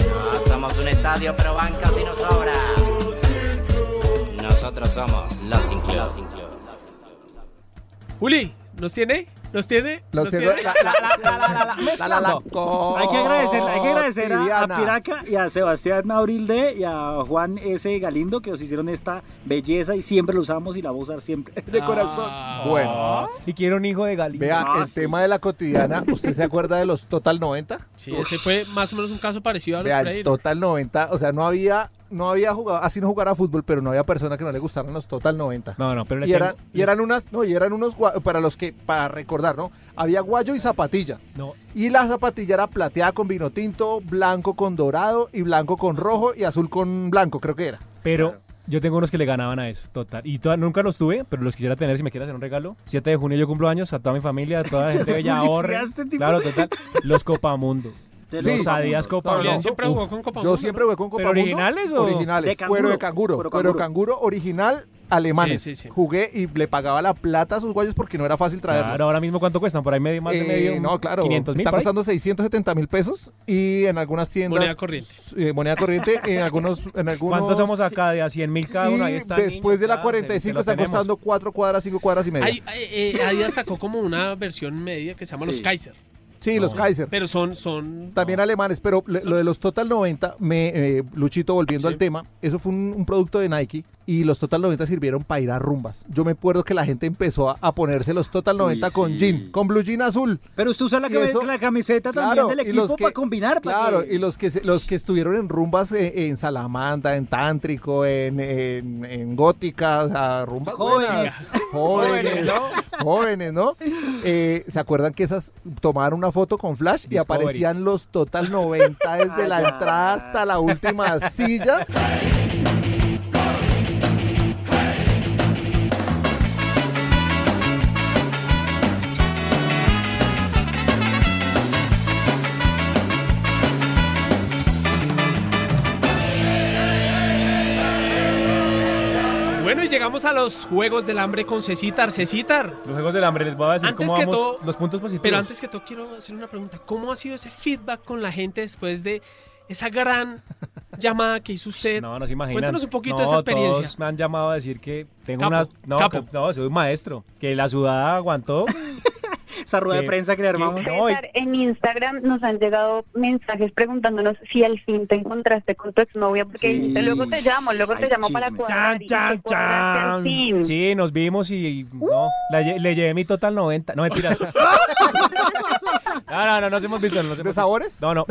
No somos un estadio, pero banca si nos sobra. Nosotros somos los sin club.
Juli, ¿nos tiene? ¿Nos tiene?
la-
¿Nos
la- la- la- la- la- la- la- la- la-
Hay que agradecer, hay
Oh,
que agradecer a, a
cotidiana.
Piraca y a Sebastián Abril D y a Juan S. Galindo que nos hicieron esta belleza y siempre lo usamos y la voy a usar siempre. De corazón.
Ah.
Bueno,
Y quiero un hijo de Galindo.
vea,
Ah,
el
sí.
tema de la cotidiana, ¿usted se acuerda de los Total 90?
Sí, ese fue más o menos un caso parecido a los
Vea, el
Predator.
Total 90, o sea, no había, no había jugado, así no jugara fútbol, pero no había persona que no le gustaran los Total 90.
No, no, pero le
y eran,
tengo-
y eran unas, no, y eran unos gua- para los que, para recordar, ¿no? Había guayo y zapatilla.
No,
Y la zapatilla era plateada con vino tinto, blanco con dorado y blanco con rojo y azul con blanco, creo que era.
Pero yo tengo unos que le ganaban a eso, total. Y toda- nunca los tuve, pero los quisiera tener si me quieres hacer un regalo. 7 de junio yo cumplo años a toda mi familia, a toda la
Se
gente
hace
bella
publicidad
ahorre.
este tipo.
Claro, total. Los Copamundo.
De
Sí.
los Adidas
No,
Copa
Copamundo.
no,
Julián siempre
Uf,
jugó con Copa
Yo
Mundo,
siempre
¿no?
jugué con Copa
¿Pero
Mundo.
originales o-
Originales.
De
Cuero de
canguro,
canguro.
cuero
Cuero,
canguro.
canguro original alemanes.
Sí, sí, sí.
Jugué y le pagaba la plata a sus guayos porque no era fácil traerlos.
Claro, ahora mismo cuánto cuestan, por ahí medio, más de
Eh,
medio.
no, claro.
500 mil.
Están pasando 670 mil pesos y en algunas tiendas.
Moneda corriente.
eh, moneda corriente. en algunos. En algunos
¿Cuántos somos acá? De a 100 mil cada uno. Ahí
y
está.
después de la 45 está costando 4 cuadras, 5 cuadras y media.
Hay- eh, eh, Adidas sacó como una versión media que se llama los
Sí.
Kaiser. Ah,
sí, los Kaiser.
Pero son. son
También alemanes, pero le- lo de los Total 90, me, eh, Luchito, volviendo
Sí.
al tema, eso fue un, un producto de Nike y los Total 90 sirvieron para ir a rumbas. Yo me acuerdo que la gente empezó a, a ponerse los Total 90 con
sí.
jean, con blue jean azul.
Pero usted usa la,
Y
cami-
eso-
la camiseta
Claro,
también del
y los
equipo
que-
para combinar. para
Claro,
que-
y los que se- los que estuvieron en rumbas eh, en Salamanda, en Tántrico, en, en, en Gótica, o sea, rumbas
Jóvenes.
buenas, jóvenes,
Jóvenes,
¿no? jóvenes, ¿no? Eh, ¿Se acuerdan que esas tomaron una foto con flash y
Discovery.
aparecían los total 90 desde la
Ay, ya.
entrada hasta la última silla?
Bueno, y llegamos a los Juegos del Hambre con Cecitar. Cecitar.
Los Juegos del Hambre les voy a decir
Antes
cómo
que
vamos,
todo-
los puntos positivos.
Pero antes que todo, quiero hacer una pregunta. ¿Cómo ha sido ese feedback con la gente después de esa gran llamada que hizo usted?
No, no se imaginan.
Cuéntanos un poquito
No,
esa experiencia.
todos me han llamado a decir que tengo
Capo,
una... No,
capo.
que- no, soy un maestro. Que la sudada aguantó.
Esa rueda de
que-
prensa que le
que-
armamos.
no, y-
César, en Instagram nos han llegado mensajes preguntándonos si al fin te encontraste con tu exnovia, porque
Sí.
dijiste, luego te llamo, luego
Hay
te llamo para
chisme.
cuadrar y te cuadraste al fin.
Sí, nos vimos y no, la lle- le llevé mi total 90. No, mentiras. No, no, no, nos hemos visto. no nos hemos
¿De
visto.
sabores?
No, no.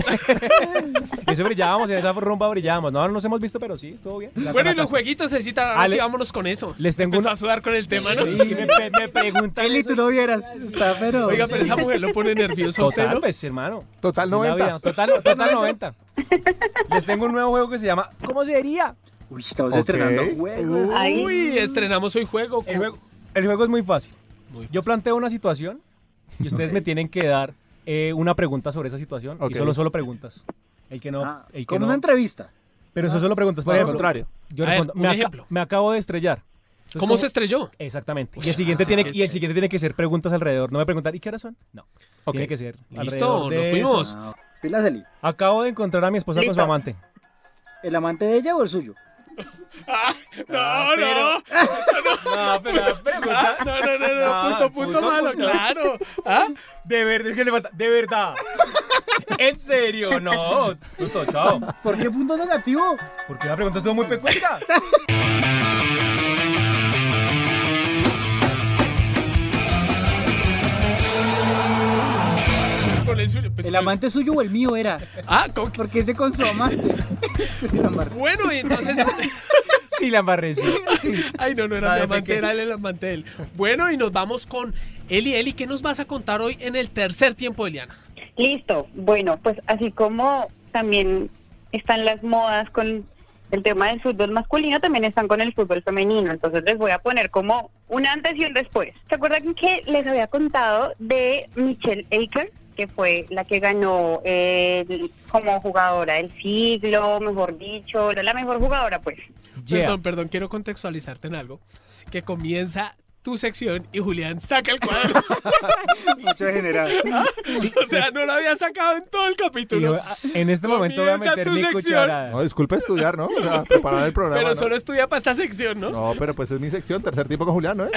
Eso brillábamos, en esa rumba brillábamos. No, no nos hemos visto, pero sí, estuvo bien. La
Bueno, y
relataste.
los jueguitos se citan. Ahora
Ale-
sí, vámonos con eso.
Ah, Les tengo
Empezó
una-
a sudar con el tema, ¿no?
Sí, es que me, pe- me preguntan.
Eli,
eso.
tú no vieras. Está, pero.
Oiga, pero esa mujer lo pone nervioso a usted,
Total,
¿no?
pues, hermano.
Total
Así es la
90.
vida. Total, total 90. Les tengo un nuevo juego que se llama ¿Cómo sería?
Uy, estamos
Ok.
estrenando juegos.
Ay.
Uy, estrenamos hoy juego. pues,
El juego, el juego es muy fácil.
Muy
Yo planteo una situación y ustedes me tienen que dar eh, una pregunta sobre esa situación
Ok.
y solo solo preguntas. El que no,
Ah,
el que
como
no.
una entrevista.
Pero eso solo preguntas. Por
Por el
ejemplo,
contrario.
Yo
A ver,
respondo,
un
me, aca-
ejemplo.
me acabo de estrellar. Entonces,
¿Cómo se estrelló?
Exactamente.
Uy,
y, el siguiente
ah,
tiene,
es que-
y el siguiente tiene que ser preguntas alrededor. No me preguntar, ¿y qué horas son? No.
Ok.
Tiene que ser.
Listo,
alrededor
nos
de
fuimos.
eso.
Ah, pilas, Eli.
Acabo de encontrar a mi esposa con su
Listo.
amante.
¿El amante de ella o el suyo?
No, no.
Ah, No, pero la pregunta.
No, no, no, no,
No,
punto, punto,
punto,
malo,
punto.
claro. ¿Ah?
De verdad, es que le falta. De verdad. En serio, no. Tuto, chao.
¿Por qué punto negativo?
Porque la pregunta estuvo muy pecueca.
Con el suyo, pues,
¿El amante suyo o el mío era?
Ah, ¿con qué?
Porque es de con su amante. El amante.
Bueno, y entonces.
Sí, la embarré. sí.
Ay, no, no era mi
Sabe
amante,
que-
era el amante de él. Bueno, y nos vamos con Eli. Eli, ¿qué nos vas a contar hoy en el tercer tiempo, Eliana?
Listo. Bueno, pues así como también están las modas con el tema del fútbol masculino, también están con el fútbol femenino. Entonces les voy a poner como un antes y un después. ¿Se acuerdan que les había contado de Michelle Aker? que fue la que ganó el- como jugadora del siglo, mejor dicho, era la mejor jugadora pues.
Yeah.
Perdón, perdón, quiero contextualizarte en algo. Que comienza tu sección y Julián saca el cuadro.
Mucho general.
o sea, no lo había sacado en todo el
Y yo,
capítulo.
ah, en este momento voy a
Comienza
meter
tu
mi
sección.
No,
cucharada.
disculpe estudiar, ¿no? O sea, preparar el programa.
Pero
¿no?
solo estudia para esta sección, ¿no?
No, pero pues es mi sección, tercer tiempo con Julián, ¿no es?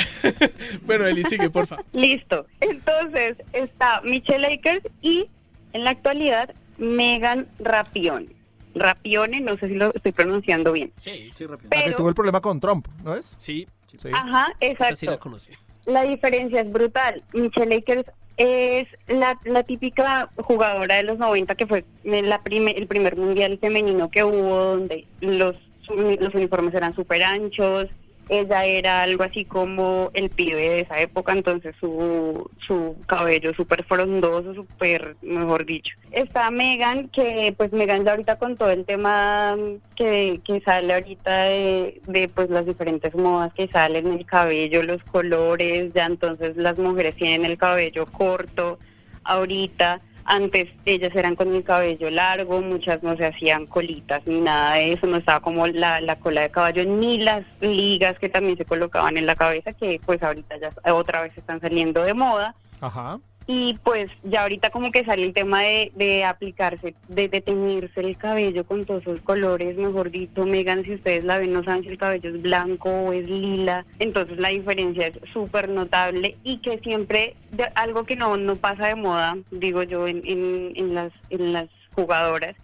Bueno, Eli, sigue, porfa.
Listo. Entonces está Michelle Akers y en la actualidad Megan Rapione. Rapione, no sé si lo estoy pronunciando bien.
Sí,
Sí, rápido.
La que
Pero- Ah.
tuvo el problema con Trump, ¿no es?
sí.
Sí.
Ajá,
Esa sí la
exacto.
conocí.
La diferencia es brutal. Michelle Akers es la, la típica jugadora de los 90 que fue en la prime- el primer mundial femenino que hubo donde los, uni- los uniformes eran súper anchos. Ella era algo así como el pibe de esa época, entonces su, su cabello súper frondoso, súper, mejor dicho. Está Megan, que pues Megan ya ahorita con todo el tema que, que sale ahorita de, de pues las diferentes modas que salen, el cabello, los colores, ya entonces las mujeres tienen el cabello corto ahorita. Antes ellas eran con el cabello largo, muchas no se hacían colitas ni nada de eso, no estaba como la, la cola de caballo, ni las ligas que también se colocaban en la cabeza, que pues ahorita ya otra vez están saliendo de moda.
Ajá.
Y pues ya ahorita como que sale el tema de, de aplicarse, de, de teñirse el cabello con todos sus colores, mejor dicho, Megan, si ustedes la ven, no saben si el cabello es blanco o es lila, entonces la diferencia es súper notable y que siempre de- algo que no, no pasa de moda, digo yo, en, en, en las, en las jugadoras,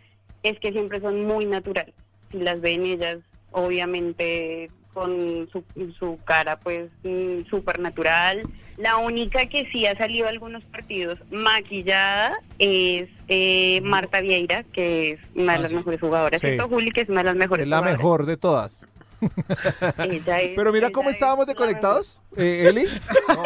es que siempre son muy naturales. Si las ven ellas, obviamente con su, su cara pues mm, súper natural. La única que sí ha salido a algunos partidos maquillada es eh, Marta Vieira, que es una de
Ah,
las
sí.
mejores jugadoras.
Sí.
¿Cierto, Juli? Que es una de las mejores
Es la
jugadoras.
mejor de todas.
Ella es-
Pero mira
ella
cómo
es
estábamos
la
desconectados, eh, Eli. No,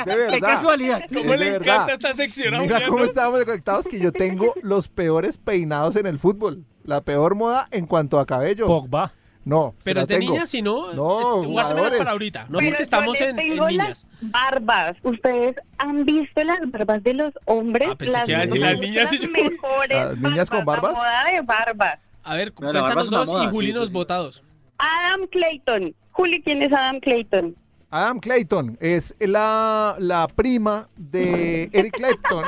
es de verdad.
¡Qué casualidad!
¿Cómo
Es
le
de verdad.
encanta esta sección a
Mira
Julián?
cómo
¿no?
estábamos desconectados que yo tengo los peores peinados en el fútbol. La peor moda en cuanto a cabello.
Pogba.
No, se
Pero
la
es de
tengo.
niñas, si no,
No,
este, guárdamelas
jugadores.
para ahorita.
Pero
No, porque
yo
estamos
les
en, en
tengo
niñas.
Las barbas. ¿Ustedes han visto las barbas de los hombres?
Ah, pensé que iba a decir
o sea,
las niñas y yo-
mejores
¿Las niñas con barbas?
La moda de barbas.
A ver,
Pero la barba
cuéntanos
es una
dos
moda,
y Juli
sí, sí,
nos
sí.
votados.
Adam Clayton. Juli, ¿quién es Adam Clayton?
Adam Clayton es la, la prima de Eric Clapton.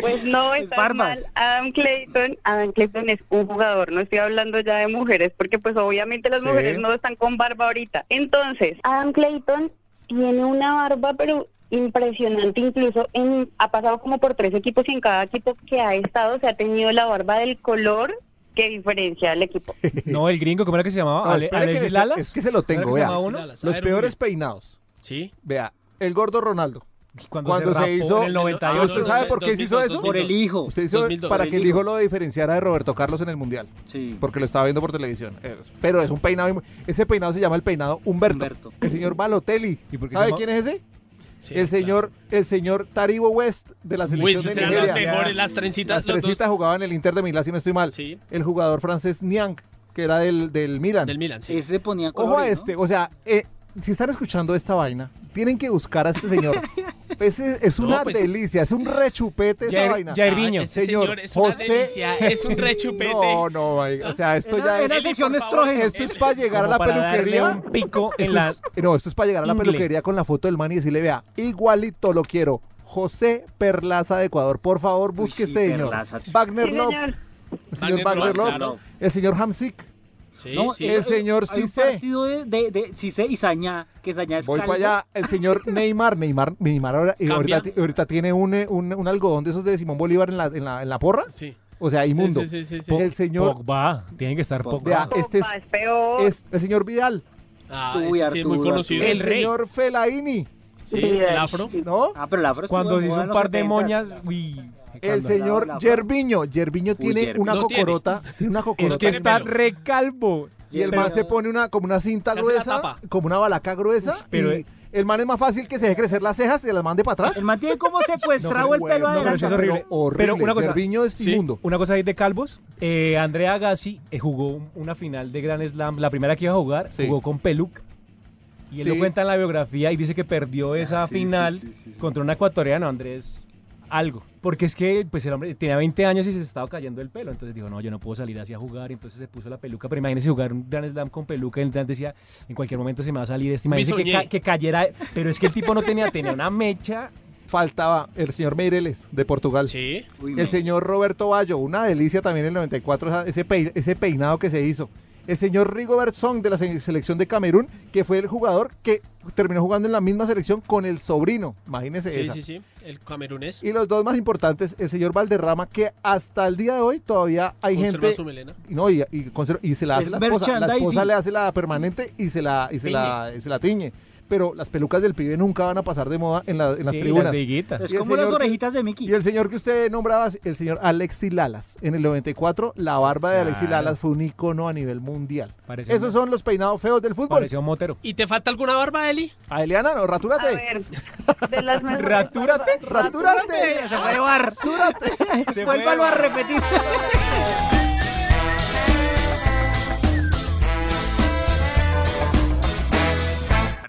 Pues no,
Es
es
barbas.
mal. Adam Clayton, Adam Clayton es un jugador, no estoy hablando ya de mujeres, porque pues obviamente las
Sí.
mujeres no están con barba ahorita. Entonces, Adam Clayton tiene una barba, pero impresionante, incluso en, ha pasado como por tres equipos y en cada equipo que ha estado se ha tenido la barba del color que diferencia al equipo.
No, el gringo, ¿cómo era que se llamaba?
No,
Ale-
espere que
Alexis
se-
Lalas.
es que se lo
¿Cómo era
tengo,
que se
vea.
llamaba
Alexis
uno?
Lalas. A
Los
ver,
peores
Juli.
peinados.
Sí.
Vea, el gordo Ronaldo.
Cuando,
Cuando
se,
se
rapó
hizo-
en el 98.
¿Usted sabe por qué se hizo eso?
Por el hijo.
Usted hizo
2002.
para
Por
que el hijo lo diferenciara de Roberto Carlos en el Mundial.
Sí.
Porque lo estaba viendo por televisión. Eh, Pero es un peinado. im- Ese peinado se llama el peinado Humberto.
Humberto.
El señor Balotelli.
¿Y por qué se
¿Sabe
llama?
quién es ese? el señor, el señor Taribo West de la selección
West,
de
eran las
Nigeria.
mejores, las trencitas.
Las
los dos.
tresitas jugaban en el Inter de Milán, si no estoy mal.
Sí.
El jugador francés Niang, que era del, del Milan.
Del Milan, sí.
Ese se ponía
Ojo a
colores, ¿no?
este, o sea, eh, si están escuchando esta vaina, tienen que buscar a este señor. Ese es
No,
una
pues-
delicia, es un rechupete esa
Jair-
vaina.
Jair Viño.
Ah, ese señor,
Señor,
es una
José-
delicia, es
er
un rechupete.
No, no, oiga, o sea, esto
Era-
ya
era
es...
sección
por favor,
estrógeno.
Esto es para llegar a
Como
la
para darle
peluquería.
un pico en
Esto
la-
es- no, esto es para llegar a la
Ingle.
peluquería con la foto del man y decirle, vea, igualito lo quiero. José Perlaza de Ecuador, por favor,
Uy,
busque
sí,
este señor.
Perlaza, chico.
Wagner
Sí,
Love,
señor.
el señor
Wagner Love,
Wagner Love,
claro.
el señor Hamsik.
Sí,
No,
sí.
el
eh,
señor
hay un
Cissé.
partido de, de, de Cissé y Sañá, que Sañá es
Voy para
calvo.
allá, el señor Neymar, Neymar, Neymar ahora, eh, ahorita, ti- ahorita tiene un, eh, un, un algodón de esos de Simón Bolívar en la, en la, en la porra,
Sí.
o sea, inmundo.
Sí, sí, sí, sí, sí.
El señor,
Pogba. Tienen que estar
vea,
Pogba.
este es,
Opa, es peor.
es- el señor Vidal,
Ah,
Uy,
ese sí es muy
Arturo,
conocido.
el señor Felaini,
Sí, el afro.
¿no?
Ah, pero el
Pues
afro estuvo
Cuando
de
se hizo
moda
un
en
par
los
de
70s.
moñas. Uy.
El
cuando-
la-
señor
la-
Yerviño, Yerviño tiene
Yerviño.
una
No tiene.
cocorota, tiene. una cocorota.
Es que
en el
está
pelo.
recalvo.
y el
Pero-
man se pone una como una cinta
Se hace la
gruesa,
tapa. eh,
como una balaca gruesa,
pero-
y el man es más fácil que se deje crecer las cejas y las mande para atrás.
El man tiene como secuestrado el
Este Bueno,
pelo
no, pero
adelante.
eso es horrible.
Pero horrible.
Pero una cosa-
Yerviño es
Sí.
inmundo.
Una cosa ahí de calvos. eh, Andrea Agassi eh, jugó un- una final de Grand Slam. La primera que iba a jugar,
Sí.
jugó con peluca. Y él
Sí. Ah,
lo cuenta en la biografía y dice que perdió esa
sí,
final
sí, sí, sí.
contra un ecuatoriano, Andrés. Algo. Porque es que pues, el hombre tenía 20 años y se estaba cayendo el pelo. Entonces dijo, no, yo no puedo salir así a jugar. Entonces se puso la peluca. Pero imagínese jugar un Grand Slam con peluca. Y el Dan decía, en cualquier momento se me va a salir este. Imagínese que,
Bisoñé.
ca- que cayera. Pero es que el tipo no tenía, tenía una mecha.
Faltaba el señor Meireles de Portugal.
Sí.
Uy,
El
men.
señor Roberto Bayo, una delicia también en el 94, esa- ese, pei- ese peinado que se hizo. El señor Rigobert Song de la se- selección de Camerún, que fue el jugador que terminó jugando en la misma selección con el sobrino. Imagínese
Sí,
esa.
sí, sí. El camerunés.
Y los dos más importantes, el señor Valderrama, que hasta el día de hoy todavía hay
Conserva
gente.
su melena.
No, y, y conserva- y se la hace
Es
la esposa. La esposa
merchandising.
le hace la permanente y se la, y se
Tiñe.
la, y se la tiñe. Pero las pelucas del pibe nunca van a pasar de moda en, la- en las
Sí,
tribunas.
liguitas.
Es
y el
como las
señor que-
orejitas de Mickey.
Y el señor que usted nombraba, el señor Alexi Lalas. En el 94, la barba de Alexi
Claro.
Lalas fue un icono a nivel mundial.
Parecía
Esos
un-
son los peinados feos del fútbol.
Parecía un motero.
¿Y te falta alguna barba, Eli?
A Eliana, no,
A
ratúrate.
ver, de las mejores
Ratúrate.
Ratúrate.
Se fue a llevar.
Ratúrate.
Se
Vuélvalo
fue.
a repetir.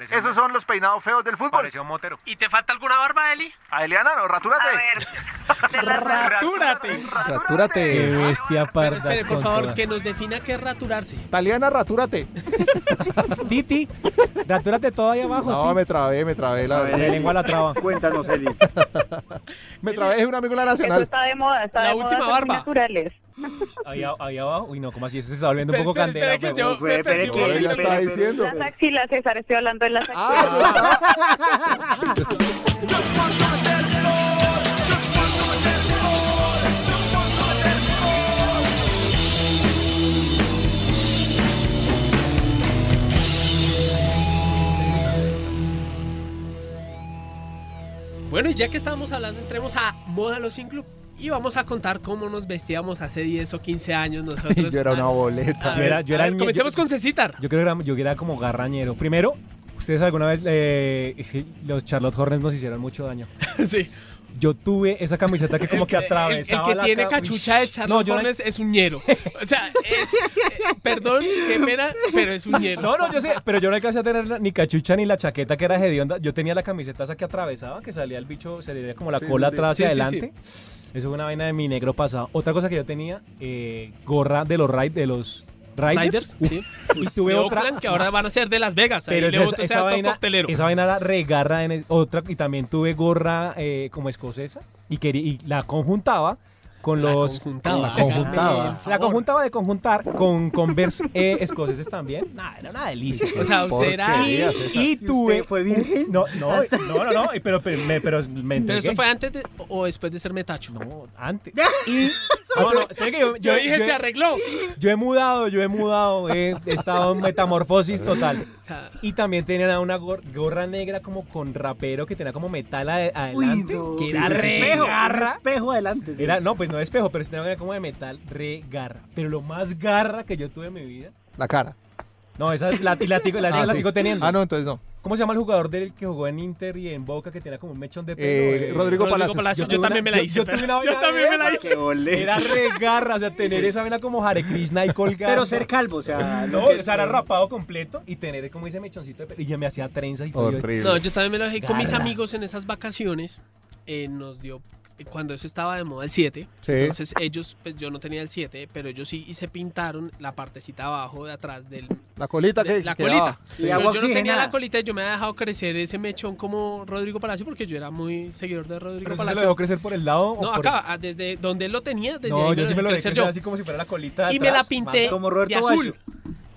Esos son los peinados feos del fútbol.
Parecía un motero.
¿Y te falta alguna barba, Eli?
A Eliana, no,
A
ratúrate.
ver, de las
¡Ratúrate!
Qué
Ratúrate.
bestia
Pero
parda.
espere, por
con
favor,
toda.
que nos defina qué es raturarse.
Taliana, ratúrate.
Titi, ratúrate todo ahí abajo.
No, me trabé, me trabé, la
Titi.
verdad.
De lengua la traba.
Cuéntanos, Eli.
Me trabé, es un amigo de la
Eso
Nacional.
está de moda, está
La
de
última
moda ser
barba.
naturales.
Ahí, a- ahí abajo. Uy, no, ¿cómo así? Ese se está volviendo un
Espere,
poco
espere,
candela.
espere, que
pero-
yo- me
espere,
perdí
que-
un
Ella
momento.
está diciendo.
Las axilas, César, estoy hablando de las axilas.
Ah, yo estaba-
Bueno, y ya que estábamos hablando, entremos a Moda Los Sin Club. Y vamos a contar cómo nos vestíamos hace 10 o 15 años nosotros.
Yo era una
A
boleta.
ver,
Yo era- yo era
a ver,
ñe-
comencemos
yo-
con Cecitar.
Yo creo que era, yo era como garrañero. Primero, ¿ustedes alguna vez... eh, es que los Charlotte Hornets nos hicieron mucho daño.
sí.
Yo tuve esa camiseta que como que
El- el-
atravesaba
El, que
la
tiene
ca-
cachucha de
Uy,
Charlotte
no, yo no-
Hornets es un ñero. O sea, es, eh, perdón, qué pena, pero es un ñero.
No, no, yo sé, pero yo no alcancé a tener la- ni cachucha ni la chaqueta que era hedionda. Yo tenía la camiseta esa que atravesaba, que salía el bicho, se le veía como la
Sí,
cola
sí, sí.
atrás y
Sí, sí,
adelante. Eso fue una vaina de mi negro pasado. Otra cosa que yo tenía, eh, gorra de los, ri- de los Riders.
Riders,
Uf,
sí.
y
de
tuve otra.
Oakland, que ahora van a ser de Las Vegas.
Pero
Pero
esa, esa vaina,
coctelero.
esa vaina era regarra en el- otra y también tuve gorra eh, como escocesa y, quería, y la conjuntaba con los...
conjuntaba.
La
Hágame el
conjuntaba.
favor.
La conjuntaba de conjuntar con Converse eh, escoceses también. Nah, era una delicia.
O sea, usted era-
Y, y
¿Y usted
tuve...
fue virgen?
No, no, no, no, no, pero, pero me, pero me
Pero
entregué.
eso fue antes de- o después de ser metacho.
No, antes. Y... Ah, No,
Yo-
no, espere que yo,
Yo
yo-
dije,
yo-
se arregló.
yo he mudado, yo he mudado, he estado en metamorfosis total.
O sea,
Y también tenían a una gor- gorra negra como con rapero que tenía como metal ade-
Uy,
adelante,
no.
que era
Un
re
espejo, un
garra.
espejo adelante. sí.
Era, no, pues no de espejo, pero sí tenía una como de metal re garra. Pero lo más garra que yo tuve en mi vida.
La cara.
No, esa es la, y la, tigo- la-
Ah,
la
sí.
sigo teniendo.
Ah, no, entonces no.
¿Cómo se llama el jugador del que jugó en Inter y en Boca que tenía como un mechón de pelo?
Eh, Rodrigo Palacios.
Palacios,
tuve
yo
una-
también me la hice,
Yo, tuve
pero-
una
yo
vaina de
también me la
esas.
hice.
Qué boleta.
Era re garra, o sea, tener esa vena como Hare Krishna ahí colgada.
Pero ser calvo, o sea,
No,
lo que-
o sea, era rapado completo y tener como ese mechoncito de pelo. Y yo me hacía trenzas y todo. Yo-
Horrible.
No, yo también me lo dejé con mis
Garra.
amigos en esas vacaciones. eh, nos dio, cuando eso estaba de moda, el 7.
Sí.
Entonces ellos, pues yo no tenía el 7, pero ellos sí y se pintaron la partecita abajo de atrás del,
La colita
de-
que.
la
que
colita.
daba.
Y
Pero
agua
yo no tenía
oxigenada.
la colita y yo me había dejado crecer ese mechón como Rodrigo Palacio porque yo era muy seguidor de Rodrigo
Pero eso se lo
Palacio.
dejó crecer por el lado. o
No,
por-
acá, ah, desde donde él lo tenía, desde ahí
No, yo sí me lo dejé
dejé crecer
crecer así como si fuera la colita. de
y me la
atrás,
pinté
mano.
Como Roberto
de azul.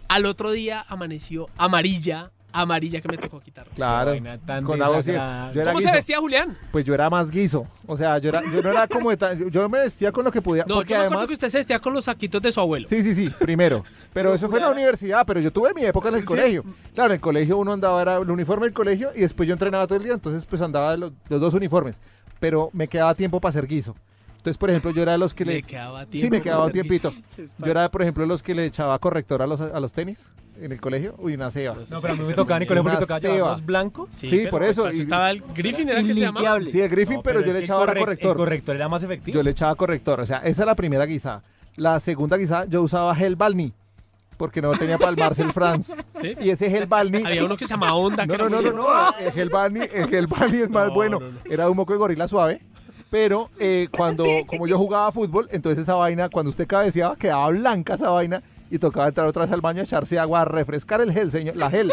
Al otro día amaneció amarilla, amarilla que me tocó quitar.
Claro.
Qué vaina tan
Con la voz. Yo
desagradable.
era
¿Cómo se
guiso.
vestía Julián?
Pues yo era más guiso. O sea, yo, era, yo no era como de tan- yo- Yo me vestía con lo que podía.
No,
porque
yo me acuerdo
además.
que usted se vestía con los saquitos de su abuelo.
Sí, sí, sí, primero. Pero eso fue en la universidad, pero yo tuve mi época en el colegio. Claro, en el colegio uno andaba, era el uniforme del colegio y después yo entrenaba todo el día, entonces pues andaba los, los dos uniformes. Pero me quedaba tiempo para hacer guiso. Entonces, por ejemplo, yo era de los que le...
Le quedaba tiempo.
sí, me
para
quedaba un
hacer
tiempito.
Es
Yo era, por ejemplo, de los que le echaba corrector a los, a los tenis en el colegio. Uy, una ceba.
No, pero a mí me tocaba, Nicolás, porque
Una
tocaba
ceba.
llevarlos blancos.
guiso.
sí, por
pero
eso,
para
y-
estaba el Griffin, ¿era el que se llamaba?
Inlimpiable.
Sí, el Griffin,
No,
pero, yo
es
le
que
echaba
el
ahora
correc-
corrector.
El corrector era más efectivo.
Yo le echaba corrector. O sea, esa es la primera guisada. La segunda guisada, yo usaba gel balni. Porque no tenía para el Marcel France.
Sí.
Y ese gel balni.
Había uno que se llamaba Onda.
No,
que
no,
era
no,
muy
no,
bueno.
no. El gel balni, el gel balni es más
No,
bueno.
no, no.
Era un moco de gorila suave. Pero eh, cuando, como yo jugaba fútbol, entonces esa vaina, cuando usted cabeceaba, quedaba blanca esa vaina y tocaba entrar otra vez al baño a echarse agua, a refrescar el gel, señor, la gel,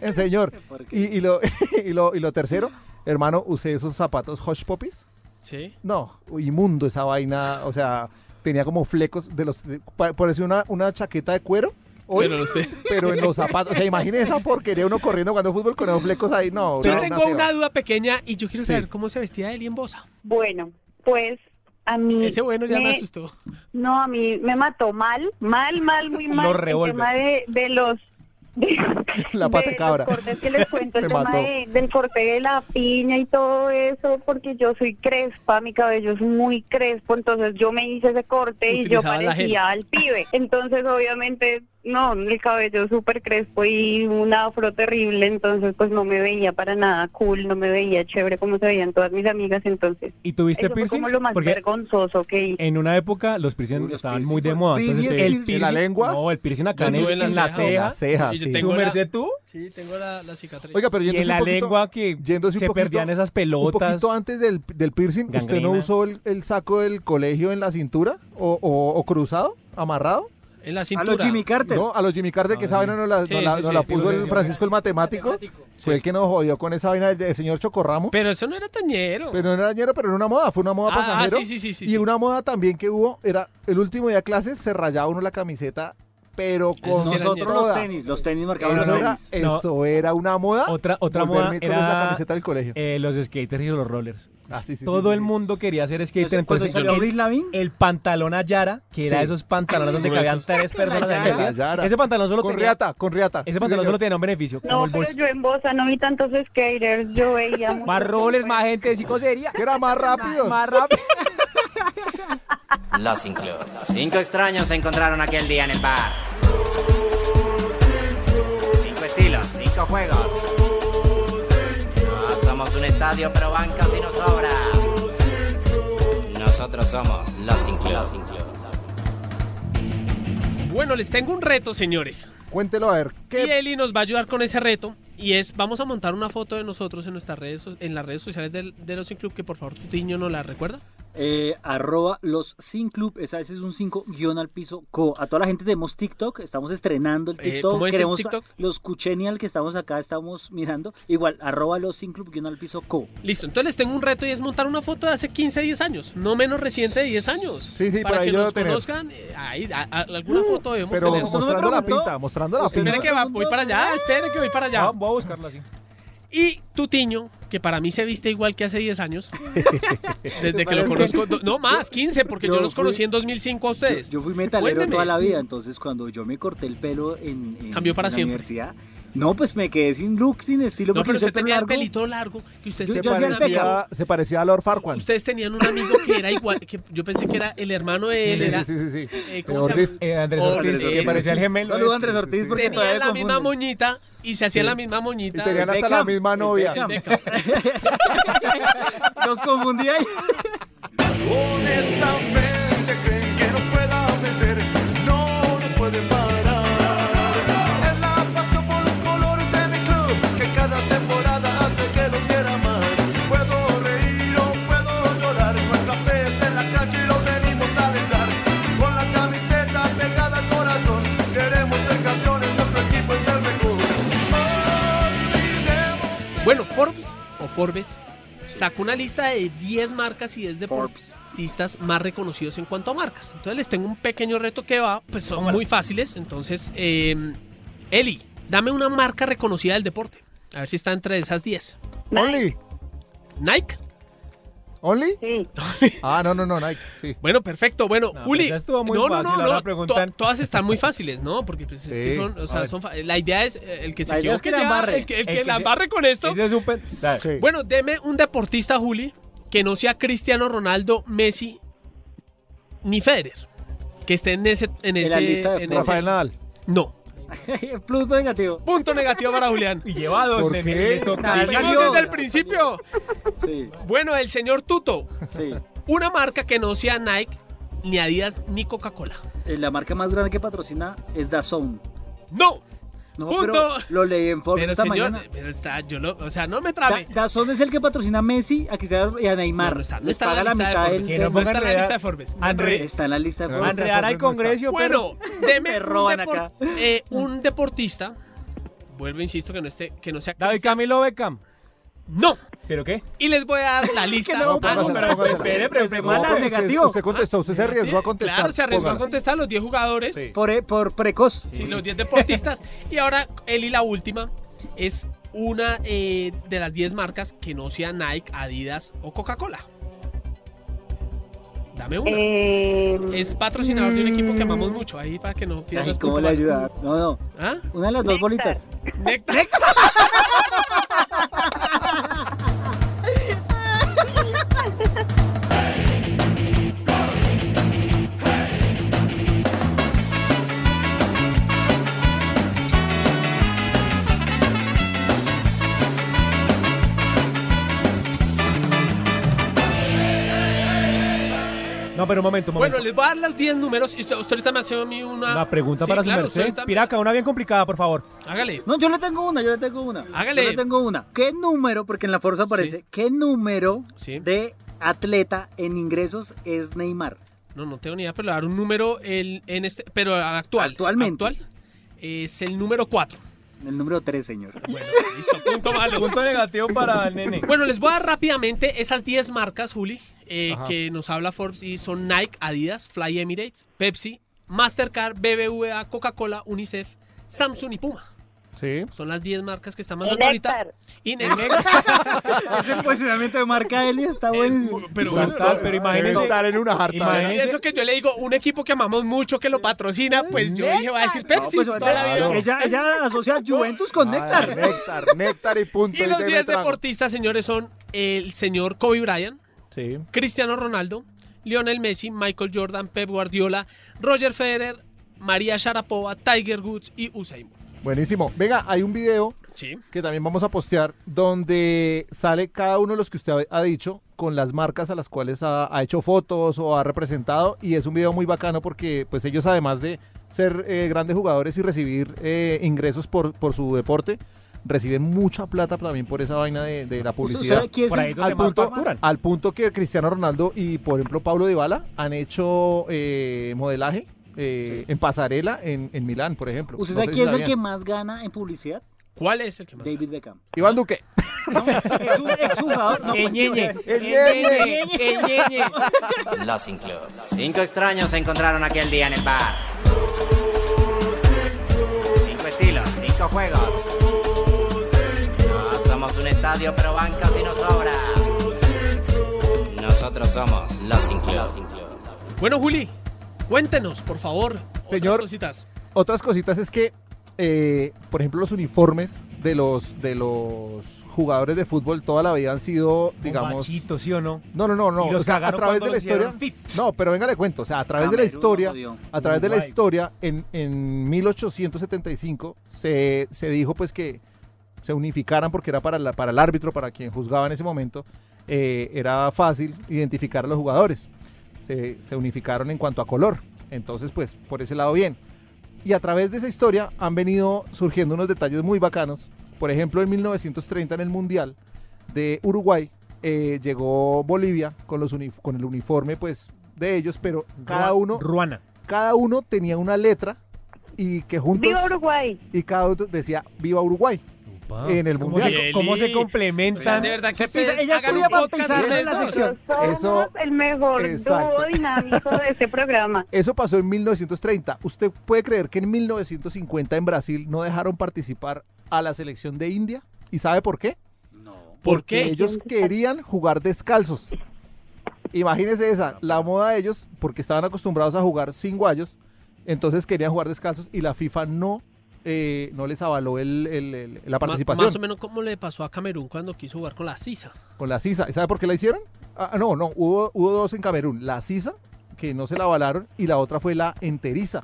el señor. Y, y lo, y, lo, y lo tercero, hermano, usé esos zapatos Hush Poppies.
Sí.
No, inmundo esa vaina. O sea, tenía como flecos de los. de- pa- parecía una, una chaqueta de cuero. hoy,
Pero los pe-
pero en los zapatos. O sea, imagínese esa porquería uno corriendo jugando fútbol con esos flecos ahí. No,
Yo
una-
tengo
ceba.
una duda pequeña y yo quiero
Sí.
saber cómo se vestía Eli en Bosa.
Bueno, pues a mí
Ese bueno ya me
me-
asustó.
No, a mí me mató mal, mal, mal, muy mal.
Lo
el
revuelve.
tema de, de los... de-
La pata
de
de cabra.
Los cortes que les cuento, el
Me
tema
mató.
de- del corte de la piña y todo eso, porque yo soy crespa, mi cabello es muy crespo, entonces yo me hice ese corte y yo
Utilizaba la gel.
parecía al pibe. Entonces, obviamente, no, el cabello súper crespo y un afro terrible, entonces pues no me veía para nada cool, no me veía chévere como se veían todas mis amigas, entonces...
¿Y tuviste
Eso fue
piercing?
como lo más
Porque
vergonzoso que hice.
en una época los
Uy,
piercings
los
estaban
piercings
muy de
fue-
moda.
Sí,
Entonces
sí,
el
sí, sí.
piercing-
¿En la lengua?
No, el piercing acá
Yo
en,
tuve
en
la
la,
ceja.
En
ceja.
la ceja.
Y yo
sí.
tengo-
¿Su
la-
merced tú?
Sí, tengo la, la cicatriz.
Oiga, pero
Y
yéndose
en la
un poquito-
lengua que
yéndose un
se
poquito-
perdían esas
Un
pelotas.
poquito antes del, del piercing, ¿usted no
Gangrena.
usó el, el saco del colegio en la cintura? ¿O, o- o cruzado? ¿Amarrado?
en la
A
cintura.
los Jimmy Carter.
No, a los Jimmy Carter, que
Ah,
esa vaina nos la, nos
Sí,
la-
sí,
nos
sí,
la
sí,
puso
sí,
el
sí.
Francisco el matemático.
Sí.
Fue el que nos jodió con esa vaina del, del señor Chocorramo.
Pero eso no era tañero.
Pero no era ñero, pero era una moda, fue una moda
Ah, ah,
pasajero.
sí, sí, sí, sí,
y
sí.
una moda también que hubo era el último día de clases se rayaba uno la camiseta, pero
Eso
con
sí era
Nosotros los
toda.
tenis, los tenis marcaban los
Eso era,
tenis.
No.
eso era una moda.
Otra, otra
volver
moda
miércoles la
era
camiseta del colegio.
eh, los skaters y los rollers.
Ah, sí, sí, sí,
Todo
sí,
el
sí.
mundo quería ser skater.
Entonces, cuando
Entonces,
salió
el-
Avril Lavigne,
el pantalón Ayara, que era
Sí.
esos pantalones donde
Uno de
cabían
esos.
tres personas.
Ayara.
en el día.
El Ayara.
Ese pantalón solo
Con
tenía,
riata, con riata.
ese
Sí,
pantalón
señor.
solo tenía un beneficio, como
No,
el
pero
bolso.
yo en Bosa no vi tantos skaters, yo veía muchos
Más roles,
hombres.
más gente de psicosería.
Que era más rápido.
Más rápido.
Los Inclub. Cinco extraños se encontraron aquel día en el bar. Cinco estilos, cinco juegos. No somos un estadio, pero van casi nos sobra. Nosotros somos Los Inclub.
Bueno, les tengo un reto, señores.
Cuéntelo a ver.
Y
¿qué?
Eli nos va a ayudar con ese reto. Y es, vamos a montar una foto de nosotros en nuestras redes, so- en las redes sociales del- de los Sin Club, que por favor tu tiño nos la recuerda.
Eh, arroba los sin club, esa vez es un 5 guión al piso co. A toda la gente tenemos TikTok, estamos estrenando el
Eh,
TikTok.
¿cómo es el
Queremos
TikTok?
Los Cuchenial que estamos acá, estamos mirando. Igual, arroba los sin club guión al piso co.
Listo, entonces les tengo un reto y es montar una foto de hace 15, 10 años, no menos reciente de 10 años.
Sí, sí, por
para
ahí
que
yo
nos
lo tener. Uh,
conozcan. eh, ahí, a- a- alguna foto debemos
Pero
tener.
mostrando la pinta, mostrando la
Espere
pinta.
que va- voy para allá, espere que voy para allá.
Voy a buscarlo así.
Y Tutiño, que para mí se viste igual que hace 10 años, desde que lo
Parece-
conozco, do- no más, 15, porque yo,
yo
los
fui-
conocí en 2005 a ustedes.
Yo fui metalero
Cuénteme.
toda la vida, entonces cuando yo me corté el pelo en, en-
Cambió para
en la
siempre.
universidad, no, pues me quedé sin look, sin estilo,
No,
porque
pero
usé
usted
pelo
tenía el
largo.
pelito largo, que ustedes
Yo-
Se
yo hacía el
parecía, se parecía a Lord Farquaad.
Ustedes tenían un amigo que era igual, que yo pensé que era el hermano de
Sí,
él,
sí,
era-
sí, sí, sí.
eh,
Eh,
¿cómo se llama?
Ortiz.
Eh, Andrés
Ortiz,
Ortiz, que
Ortiz.
parecía el gemelo.
Saludos a
este.
Andrés Ortiz porque
Tenían
todavía
la misma
confunden.
moñita y se hacía la misma moñita.
Y tenían hasta
Beckham,
la misma
el
novia.
Beckham.
Beckham.
Los confundí ahí.
Honestamente creen que nos pueda vencer, no nos pueden parar. Es la pasión por los colores de mi club que cada temporada hace que nos quiera más. Puedo reír o puedo llorar, nuestra fe está en la calle y lo venimos a alentar. Con la camiseta pegada al corazón, queremos ser campeones, nuestro equipo es el mejor. Olvidemos
Bueno, Forbes o Forbes sacó una lista de 10 marcas y 10 deportistas más reconocidos en cuanto a marcas. Entonces les tengo un pequeño reto que va, pues son muy fáciles. Entonces, eh, Eli, dame una marca reconocida del deporte. A ver si está entre esas 10.
Only.
Nike.
Only.
Sí.
Ah, no, no, no, Nike. Sí.
Bueno, perfecto. Bueno,
No,
Juli.
pues ya estuvo muy
no, no,
fácil,
no,
ahora
no,
preguntan.
to- todas están muy fáciles, ¿no? Porque pues, es que
Sí,
son, o
a
sea,
ver.
son fa- la idea es eh, el que se
La idea es
equivoque
que la
ya,
embarre.
el que, el
El
que
que
la
se-
embarre con esto.
Ese es un pen- Dale.
Sí.
Bueno, deme un deportista, Juli, que no sea Cristiano Ronaldo, Messi ni Federer. Que esté en ese. En
En
ese
la lista de
en
Forbes.
ese-
Rafael Nadal.
No.
Pluto negativo.
Punto negativo para Julián.
Y lleva dos.
¿Por
le-
qué?
le toca.
Nah,
Lo
Ahí
hicimos
salió,
desde el
ahí
principio.
Sí,
Bueno, el señor Tuto.
sí.
Una marca que no sea Nike, ni Adidas, ni Coca-Cola.
Eh, La marca más grande que patrocina es DAZN.
¡No!
No,
Punto.
pero lo leí en Forbes
Pero
esta
señor,
mañana.
pero está, yo lo, o sea, no me
Da-
trabe.
DAZN es el que patrocina a Messi, a Cristiano y a Neymar.
No, no está, no
Les
está en
paga
la
la
lista de
mitad
Forbes.
del-
Que no
No
del-
está en
Pongan
la lista de Forbes.
a André-
Está en la lista de
No,
Forbes.
no
Andrear al
Ese Forbes no
Congreso, pero
Bueno, deme
Me
un
roban
depor-
acá.
eh, un deportista. Vuelvo, insisto, que no esté, que no sea.
David
Cristiano.
Camilo Beckham.
No.
¿pero qué?
Y les voy a dar la lista.
no,
Ah,
pero-
no,
póngasela, póngasela.
espere, pero
No,
mala,
porque usted-
negativo.
Usted contestó, usted se arriesgó a contestar.
Ah, Claro, se arriesgó a
Póngala.
contestar los 10 jugadores.
Sí.
Por, eh, por precoz.
Sí, los 10 deportistas. y ahora, él y la última es una eh, de las 10 marcas que no sea Nike, Adidas o Coca-Cola. Dame una.
Eh,
es patrocinador de un equipo que amamos mucho. Ahí para que no pierdas
Ay, ¿cómo
punto
le
más.
ayuda? No, no.
¿Ah?
Una de las dos
Néctar.
bolitas.
Néctar.
No, pero un momento, un momento.
Bueno, les voy a dar los 10 números y usted usted ahorita me hace a mí una...
una pregunta
Sí,
para
claro,
su
usted
merced.
ahorita-
Piraca, una bien complicada, por favor.
Hágale.
No, yo le tengo una, yo le tengo una.
Hágale.
Yo le tengo una. ¿Qué número, porque en la fuerza aparece, qué número
Sí.
de atleta en ingresos es Neymar?
No, no tengo ni idea, pero le voy a dar un número el- en este... Pero al actual.
Actualmente.
Actual es el número 4.
El número 3, señor.
Bueno, listo, punto malo.
Punto negativo para el nene.
Bueno, les voy a dar rápidamente esas 10 marcas, Juli, eh,
Ajá.
que nos habla Forbes y son Nike, Adidas, Fly Emirates, Pepsi, Mastercard, BBVA, Coca-Cola, UNICEF, Samsung y Puma.
Sí.
Son las 10 marcas que están
el
mandando ahorita.
Néctar.
Y Nectar.
Ese posicionamiento de marca Eli está buenísimo.
pero
Total, pero
Debe
imagínense.
estar en una jarta.
Y
Imagínense.
eso que yo le digo, un equipo que amamos mucho, que lo patrocina, pues yo dije, va a decir
No,
Pepsi
pues,
toda la vida.
claro.
ella, ella asocia Juventus con
Ah,
Néctar.
Néctar, néctar y punto.
Y los
deme
10
trago.
deportistas, señores, son el señor Kobe Bryant,
Sí.
Cristiano Ronaldo, Lionel Messi, Michael Jordan, Pep Guardiola, Roger Federer, María Sharapova, Tiger Woods y Usain Bolt.
Buenísimo. Venga, hay un video
Sí.
que también vamos a postear donde sale cada uno de los que usted ha dicho con las marcas a las cuales ha, ha hecho fotos o ha representado y es un video muy bacano porque pues ellos además de ser eh, grandes jugadores y recibir eh, ingresos por, por su deporte reciben mucha plata también por esa vaina de, de la publicidad.
sabe quién es Por ahí el- es donde
al,
más
punto,
facturan.
al punto que Cristiano Ronaldo y, por ejemplo, Pablo Dybala han hecho eh, modelaje eh, en pasarela en, en Milán, por ejemplo.
¿Usted
No
sabe
sé si
quién es el
sabían.
que más gana en publicidad?
¿Cuál es el que más?
David Beckham.
Iván Duque.
Es un exjugador. No, pues, sí,
Eñeñe.
eh,
Eñeñe.
Eñeñe.
Eñeñe. Los Inclub. Cinco extraños se encontraron aquel día en el bar. Cinco estilos, cinco juegos. No somos un estadio, pero van casi nos sobra. Nosotros somos Los Inclub.
Bueno, Juli, cuéntenos, por favor.
Señor.
Otras cositas.
Otras cositas es que, eh, por ejemplo, los uniformes de los, de los jugadores de fútbol toda la vida han sido, digamos...
Bachito, ¿sí o no?
No, no, no, no.
Y los
o sea, a
cagaron
través
cuando
de la
los hicieron
historia. No, pero venga, le cuento. O sea, a través de la
Camerún
historia,
lo dio.
a través de la
Uruguay.
historia, en, en 1875 se, se dijo pues que se unificaran porque era para, la- para el árbitro, para quien juzgaba en ese momento, eh, era fácil identificar a los jugadores. Se, se unificaron en cuanto a color. Entonces, pues, por ese lado bien. Y a través de esa historia han venido surgiendo unos detalles muy bacanos. Por ejemplo, en 1930 en el Mundial de Uruguay eh, llegó Bolivia con, los uni- con el uniforme pues de ellos, pero cada
Rua-
uno
Ruana.
cada uno tenía una letra y que juntos
¡Viva Uruguay!
y cada uno decía Viva Uruguay. En el
¿Cómo se,
mundial.
cómo se
Eli.
complementan?
Oigan, de verdad que
Se
ustedes
pisa- ella
hagan
estudia
un
para
podcast
pensar
de
en la
estos.
sección.
Somos
Eso-
el mejor
Exacto.
dúo dinámico de este programa.
Eso pasó en 1930. ¿Usted puede creer que en 1950 en Brasil no dejaron participar a la selección de India? ¿Y sabe por qué?
¿Por
que
qué?
ellos querían jugar descalzos. Imagínense esa, la moda de ellos, porque estaban acostumbrados a jugar sin guayos, entonces querían jugar descalzos y la FIFA no, eh, no les avaló el- el- el- la
Ma-
participación
Más o menos como le pasó a Camerún cuando quiso jugar con la Sisa.
con la CISA. ¿Y sabe por qué la hicieron? Ah, no, no, hubo, hubo dos en Camerún, la CISA, que no se la avalaron, y la otra fue la enteriza,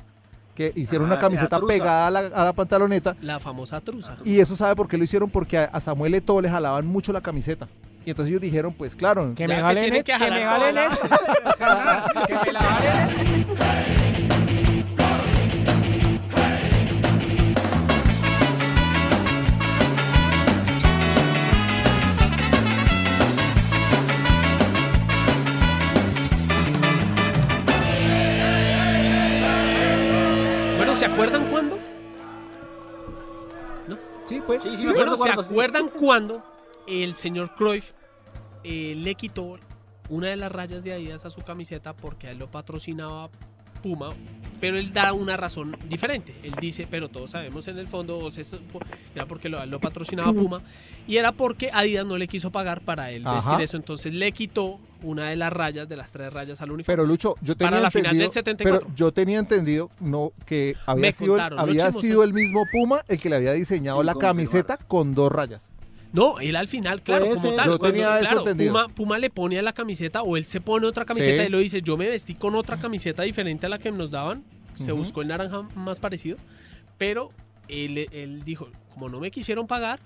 que hicieron
Ah,
una
la
camiseta
truza.
pegada a la- a la pantaloneta
La famosa truza.
Y eso sabe por qué lo hicieron, porque a, a Samuel Eto'o le jalaban mucho la camiseta. Y entonces ellos dijeron, pues claro,
Que
Ya
me
que
valen
tiene
es,
que
que me
jalar
valen es. Que me la valen es.
Bueno, ¿se acuerdan cuándo?
Sí, pues.
Sí, sí, me
Bueno,
acuerdo
¿se
cuando sí.
acuerdan cuando el señor Cruyff eh, le quitó una de las rayas de Adidas a su camiseta porque a él lo patrocinaba Puma? Pero él da una razón diferente. Él dice, pero todos sabemos en el fondo, o sea, eso fue- era porque lo, lo patrocinaba Puma y era porque Adidas no le quiso pagar para él
Ajá.
vestir eso. Entonces le quitó una de las rayas, de las tres rayas al uniforme.
Pero Lucho, yo tenía
Para la final
entendido,
del 74.
pero yo tenía entendido no que había sido,
contaron, ¿no,
había
Chimo?
sido el mismo Puma el que le había diseñado
Sí,
la
confirmaron.
camiseta con dos rayas.
No, él al final, claro,
Puede
como
ser.
tal.
Yo
cuando-
tenía Ah, eso
claro,
entendido.
Puma, Puma le pone a la camiseta o él se pone otra camiseta
Sí.
y lo dice, yo me vestí con otra camiseta diferente a la que nos daban. Se
Ujú.
buscó el naranja más parecido. Pero él, él dijo, como no me quisieron pagar,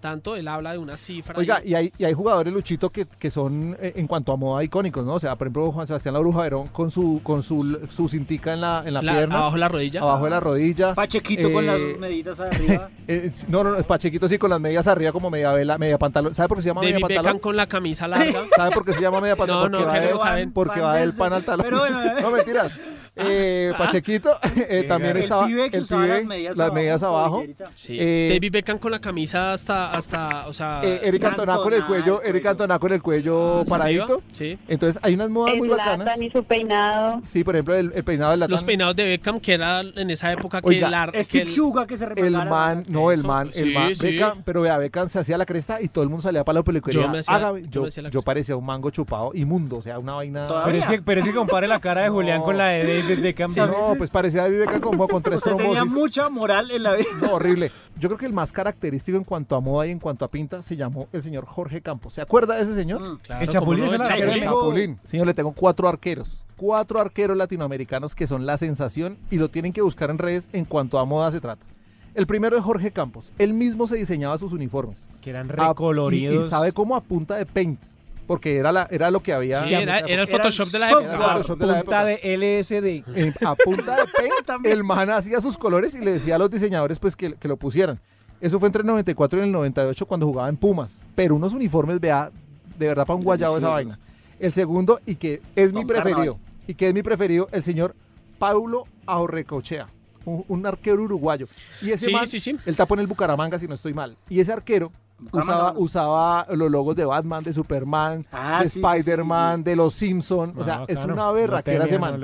tanto él habla de una cifra.
Oiga,
ahí.
y hay, y hay jugadores, Luchito, que, que son eh, en cuanto a moda icónicos, ¿no? O sea, por ejemplo, Juan Sebastián La Bruja Verón con su, con su, su cintica en la, en la,
La-
pierna,
abajo de la rodilla.
abajo de la rodilla.
Pachequito con las
Eh,
meditas arriba.
Eh, no, no, no, Pachequito sí, con las medias arriba como media vela, media pantalón. ¿Sabe por qué se llama
David
media pantalón?
Beckham con la camisa larga.
¿Sabe por qué se llama media pantalón?
No,
porque
no,
va,
que
de-
no saben.
porque va
Van
del
desde-
pan al talón.
Pero bueno, eh.
no mentiras. Eh,
Ah.
Pachequito eh, también
El
estaba.
pibe que usaba las medias abajo,
abajo.
polillerita.
Sí.
Eh,
David Beckham con la camisa hasta, hasta o sea...
Eh, Eric Cantona con el
Cantona,
cuello,
el
Eric
cuello.
Cantona con el cuello
hasta arriba.
paradito.
Sí.
Entonces hay unas modas muy bacanas.
Zlatan y su peinado.
Sí, por ejemplo, el, el peinado del
Los
Latán.
peinados de Beckham, que era en esa época que,
Oiga,
la, que
Steve
el-
Huga que se
El
remangara.
man, no, el
Eso,
man, el
sí,
man.
sí.
Beckham, pero vea, Beckham se hacía la cresta y todo el mundo salía para la peluquería.
Yo me hacía-
Hágame.
yo
yo,
me hacía la
yo
cresta.
parecía un mango chupado inmundo, o sea, una vaina.
Todavía.
Pero es, que, pero es que compare la cara de Julián con la de David Beckham.
Sí, no, pues parecía David Beckham como con tres
Usted tenía
trombosis.
mucha moral en la vida.
No, horrible. Yo creo que el más característico en cuanto a moda y en cuanto a pinta se llamó el señor Jorge Campos. ¿Se acuerda de ese señor?
Mm.
Claro,
El
¿cómo
Chapulín
no?
es el
El
arquero.
El
Chapulín.
Chapulín. Señor, le tengo cuatro arqueros. Cuatro arqueros latinoamericanos que son la sensación y lo tienen que buscar en redes en cuanto a moda se trata. El primero es Jorge Campos. Él mismo se diseñaba sus uniformes.
Que eran
A- ah, y-
recoloridos.
Y, sabe cómo a punta de paint. Porque era, la, era lo que había.
Sí, era, era el Photoshop de la
Era
época.
el
A
Photoshop de la época.
punta de LSD.
en- a punta de paint, el man hacía sus colores y le decía a los diseñadores pues que, que lo pusieran. Eso fue entre el 94 y el 98 cuando jugaba en Pumas. Pero unos uniformes, vea, de verdad para un guayado esa
Deliciosos.
vaina. El segundo, y que es mi
Con
preferido,
carnaval.
y que es mi preferido, el señor Paulo Aurrecochea, un, un arquero uruguayo. Y ese
Sí,
man,
sí,
él tapó en el Bucaramanga, si no estoy mal. Y ese arquero usaba,
Bucaramanga.
usaba los logos de Batman, de Superman,
Ah,
de
sí, sí, sí,
Spider-Man, de los Simpsons. o sea, es una berraquera ese man.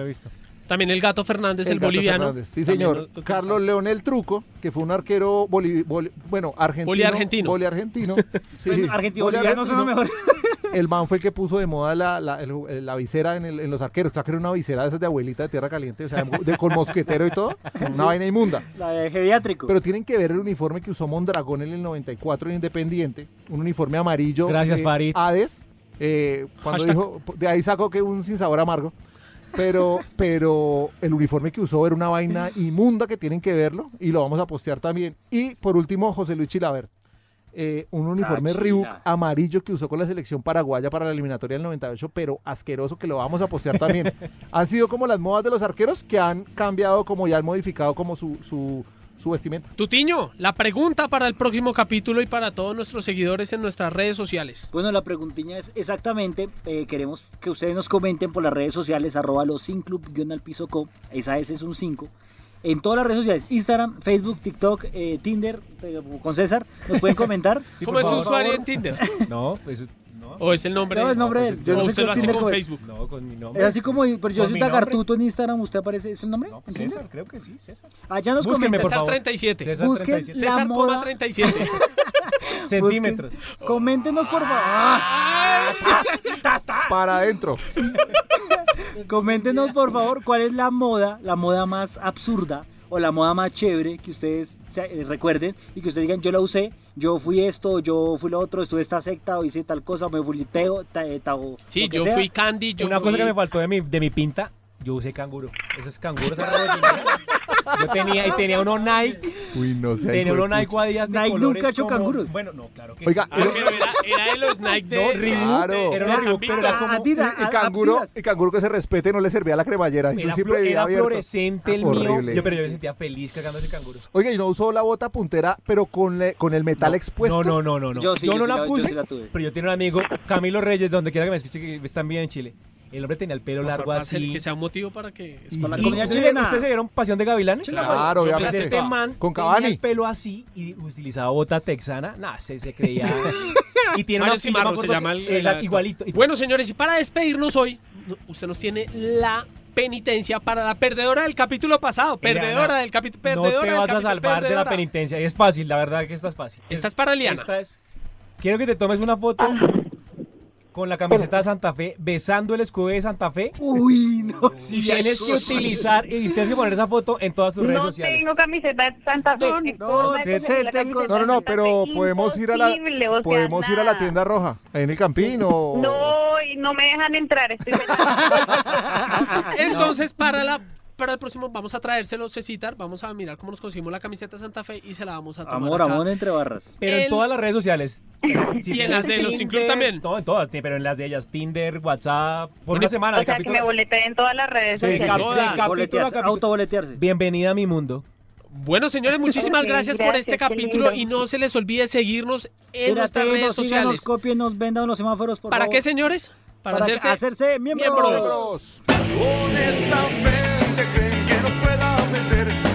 También el gato Fernández, Este el,
Gato
boliviano.
Fernández, Sí,
También
señor.
lo- lo-
Carlos Leonel Truco, que fue un arquero boli- boli- bueno, argentino.
Boliargentino.
Boliargentino.
Pues
sí.
Bueno, argentino, boliviano son los
Boliargentino. El man fue el que puso de moda la, la- el- la visera en, el- en los arqueros. Claro que era una visera de esas de abuelita de tierra caliente, o sea, de, con mosquetero y todo. Una
Sí.
vaina inmunda.
La de geriátrico.
Pero tienen que ver el uniforme que usó Mondragón en el 94 en Independiente. Un uniforme amarillo.
Gracias,
eh,
Farid.
Hades. eh, cuando
Hashtag.
dijo, de ahí sacó que un sinsabor amargo. Pero, pero el uniforme que usó era una vaina inmunda que tienen que verlo y lo vamos a postear también. Y por último, José Luis Chilavert. eh, un uniforme
Cachila.
Reebok amarillo que usó con la selección paraguaya para la eliminatoria del 98, pero asqueroso que lo vamos a postear también. han sido como las modas de los arqueros que han cambiado, como ya han modificado como su, su, su vestimenta.
Tutiño, la pregunta para el próximo capítulo y para todos nuestros seguidores en nuestras redes sociales.
Bueno, la preguntiña es exactamente, eh, queremos que ustedes nos comenten por las redes sociales, arroba los sin club guión al piso co, esa S es un 5. En todas las redes sociales, Instagram, Facebook, TikTok, eh, Tinder, eh, con César, nos pueden comentar.
Sí,
¿Cómo
por
es su
favor.
usuario en Tinder?
No, pues, no. pues,
¿O es el nombre?
No, el nombre de él. Yo no
¿O
sé
usted
qué
lo hace
Tinder
con
coge.
Facebook?
No, con mi nombre.
Es así como, pero yo
pues, ¿Con
soy
mi nombre? pues,
Tagartuto en Instagram, ¿usted aparece? ¿Es el nombre? No, pues,
César, creo que sí, César.
Allá nos
Búsqueme,
comentan.
por favor.
37.
César
Busquen
37.
la
César
moda.
coma 37.
Centímetros. Ah.
Busquen- Coméntenos, por favor.
Para adentro.
Coméntenos, por favor, cuál es la moda, la moda más absurda o la moda más chévere que ustedes se- eh, recuerden y que ustedes digan, yo la usé, yo fui esto, yo fui lo otro, estuve esta secta o hice tal cosa, me buliteo, ta, eh, ta- o
Sí,
lo que
yo
sea".
fui Candy, yo
Una
fui...
cosa que me faltó de mi, de mi pinta, yo usé canguro. Esos canguros arreglados. Yo tenía, y tenía uno Nike,
Uy, no sé.
tenía uno Nike Adidas de
Nike nunca
colores
ha hecho
como-
canguros.
Bueno, no, claro que
Oiga,
sí.
Ah, pero era, era de los Nike de...
No,
de-
Reebok,
Claro.
Era una
de
Reebok, pero era
Zampito.
como...
Adidas,
Y
a-
canguro,
Adidas.
y canguro que se respete no le servía la cremallera. Eso
Era,
siempre
flo-
vivía
era
abierto. Ah,
fluorescente el mío.
Horrible.
Yo, pero yo me sentía feliz cargando ese canguro.
Oiga, y no usó la bota puntera, pero con, le- con el metal expuesto.
No, no, no, no. no.
Yo sí, yo
no
sí
la
la- yo
puse,
sí la tuve.
pero yo tenía un amigo, Camilo Reyes, donde quiera que me escuche, que están bien en Chile. El hombre tenía el pelo
Por
largo
favor, parce,
así.
Que sea un motivo para que...
Y-
Con la
y-
comida
¿ustedes-
chilena.
¿Ustedes se vieron Pasión de Gavilanes?
Claro,
Yo me
obviamente.
Pues este man
Con
tenía
Cavani.
el pelo así y utilizaba bota texana. Nah, se, se creía. y tiene
Mario
una
Cimarro
yo me acuerdo
se llama
que-
el- el
esa-
actor.
igualito. Y-
Bueno, señores, y para despedirnos hoy, no- usted nos tiene la penitencia para la perdedora del capítulo pasado.
Eliana,
Perdedora del capítulo...
no
Perdedora
te
del
vas a
capítulo-
salvar de la
perdedora.
penitencia. Y es fácil, la verdad que esta es fácil.
Esta es para Liana.
Esta es. Quiero que te tomes una foto con la camiseta de Santa Fe, besando el escudo de Santa Fe.
Uy, no, sí.
Tienes que utilizar y tienes que poner esa foto en todas tus redes
No
sociales.
tengo camiseta de Santa Fe.
No,
qué
no,
forma de
te-
conseguir la
te-
camiseta
No, no,
de
no,
Santa
pero
Fe,
podemos ir a la
imposible, o sea,
podemos ir a la
nada.
tienda roja, ahí en el Campín o
No, y no me dejan entrar, estoy pelada.
Entonces, para la para el próximo vamos a traérselo, Cecitar, vamos a mirar cómo nos conseguimos la camiseta de Santa Fe y se la vamos a tomar
Amor,
acá.
amor entre barras.
Pero
El-
en todas las redes sociales. Si
Y en
tienes
las de los Inclub también.
No, en todas, pero en las de ellas. Tinder, WhatsApp. Por una semana.
O
de
sea, que
capítulo-
me boleté en todas las redes
Sí,
sociales.
cap- de
Todas.
capítulo a
Boletearse,
capítulo.
autoboletearse.
Bienvenida a mi mundo.
Bueno, señores, muchísimas
Ok,
gracias, por
gracias,
este
qué
capítulo
lindo.
y no se les olvide seguirnos en
Piratenos,
nuestras redes
síganos,
sociales.
cópienos, vendan los semáforos, por
¿Para
favor.
qué, señores? Para, hacerse
hacerse miembros.
miembros.
Dos.
Honestamente creen que nos pueda vencer.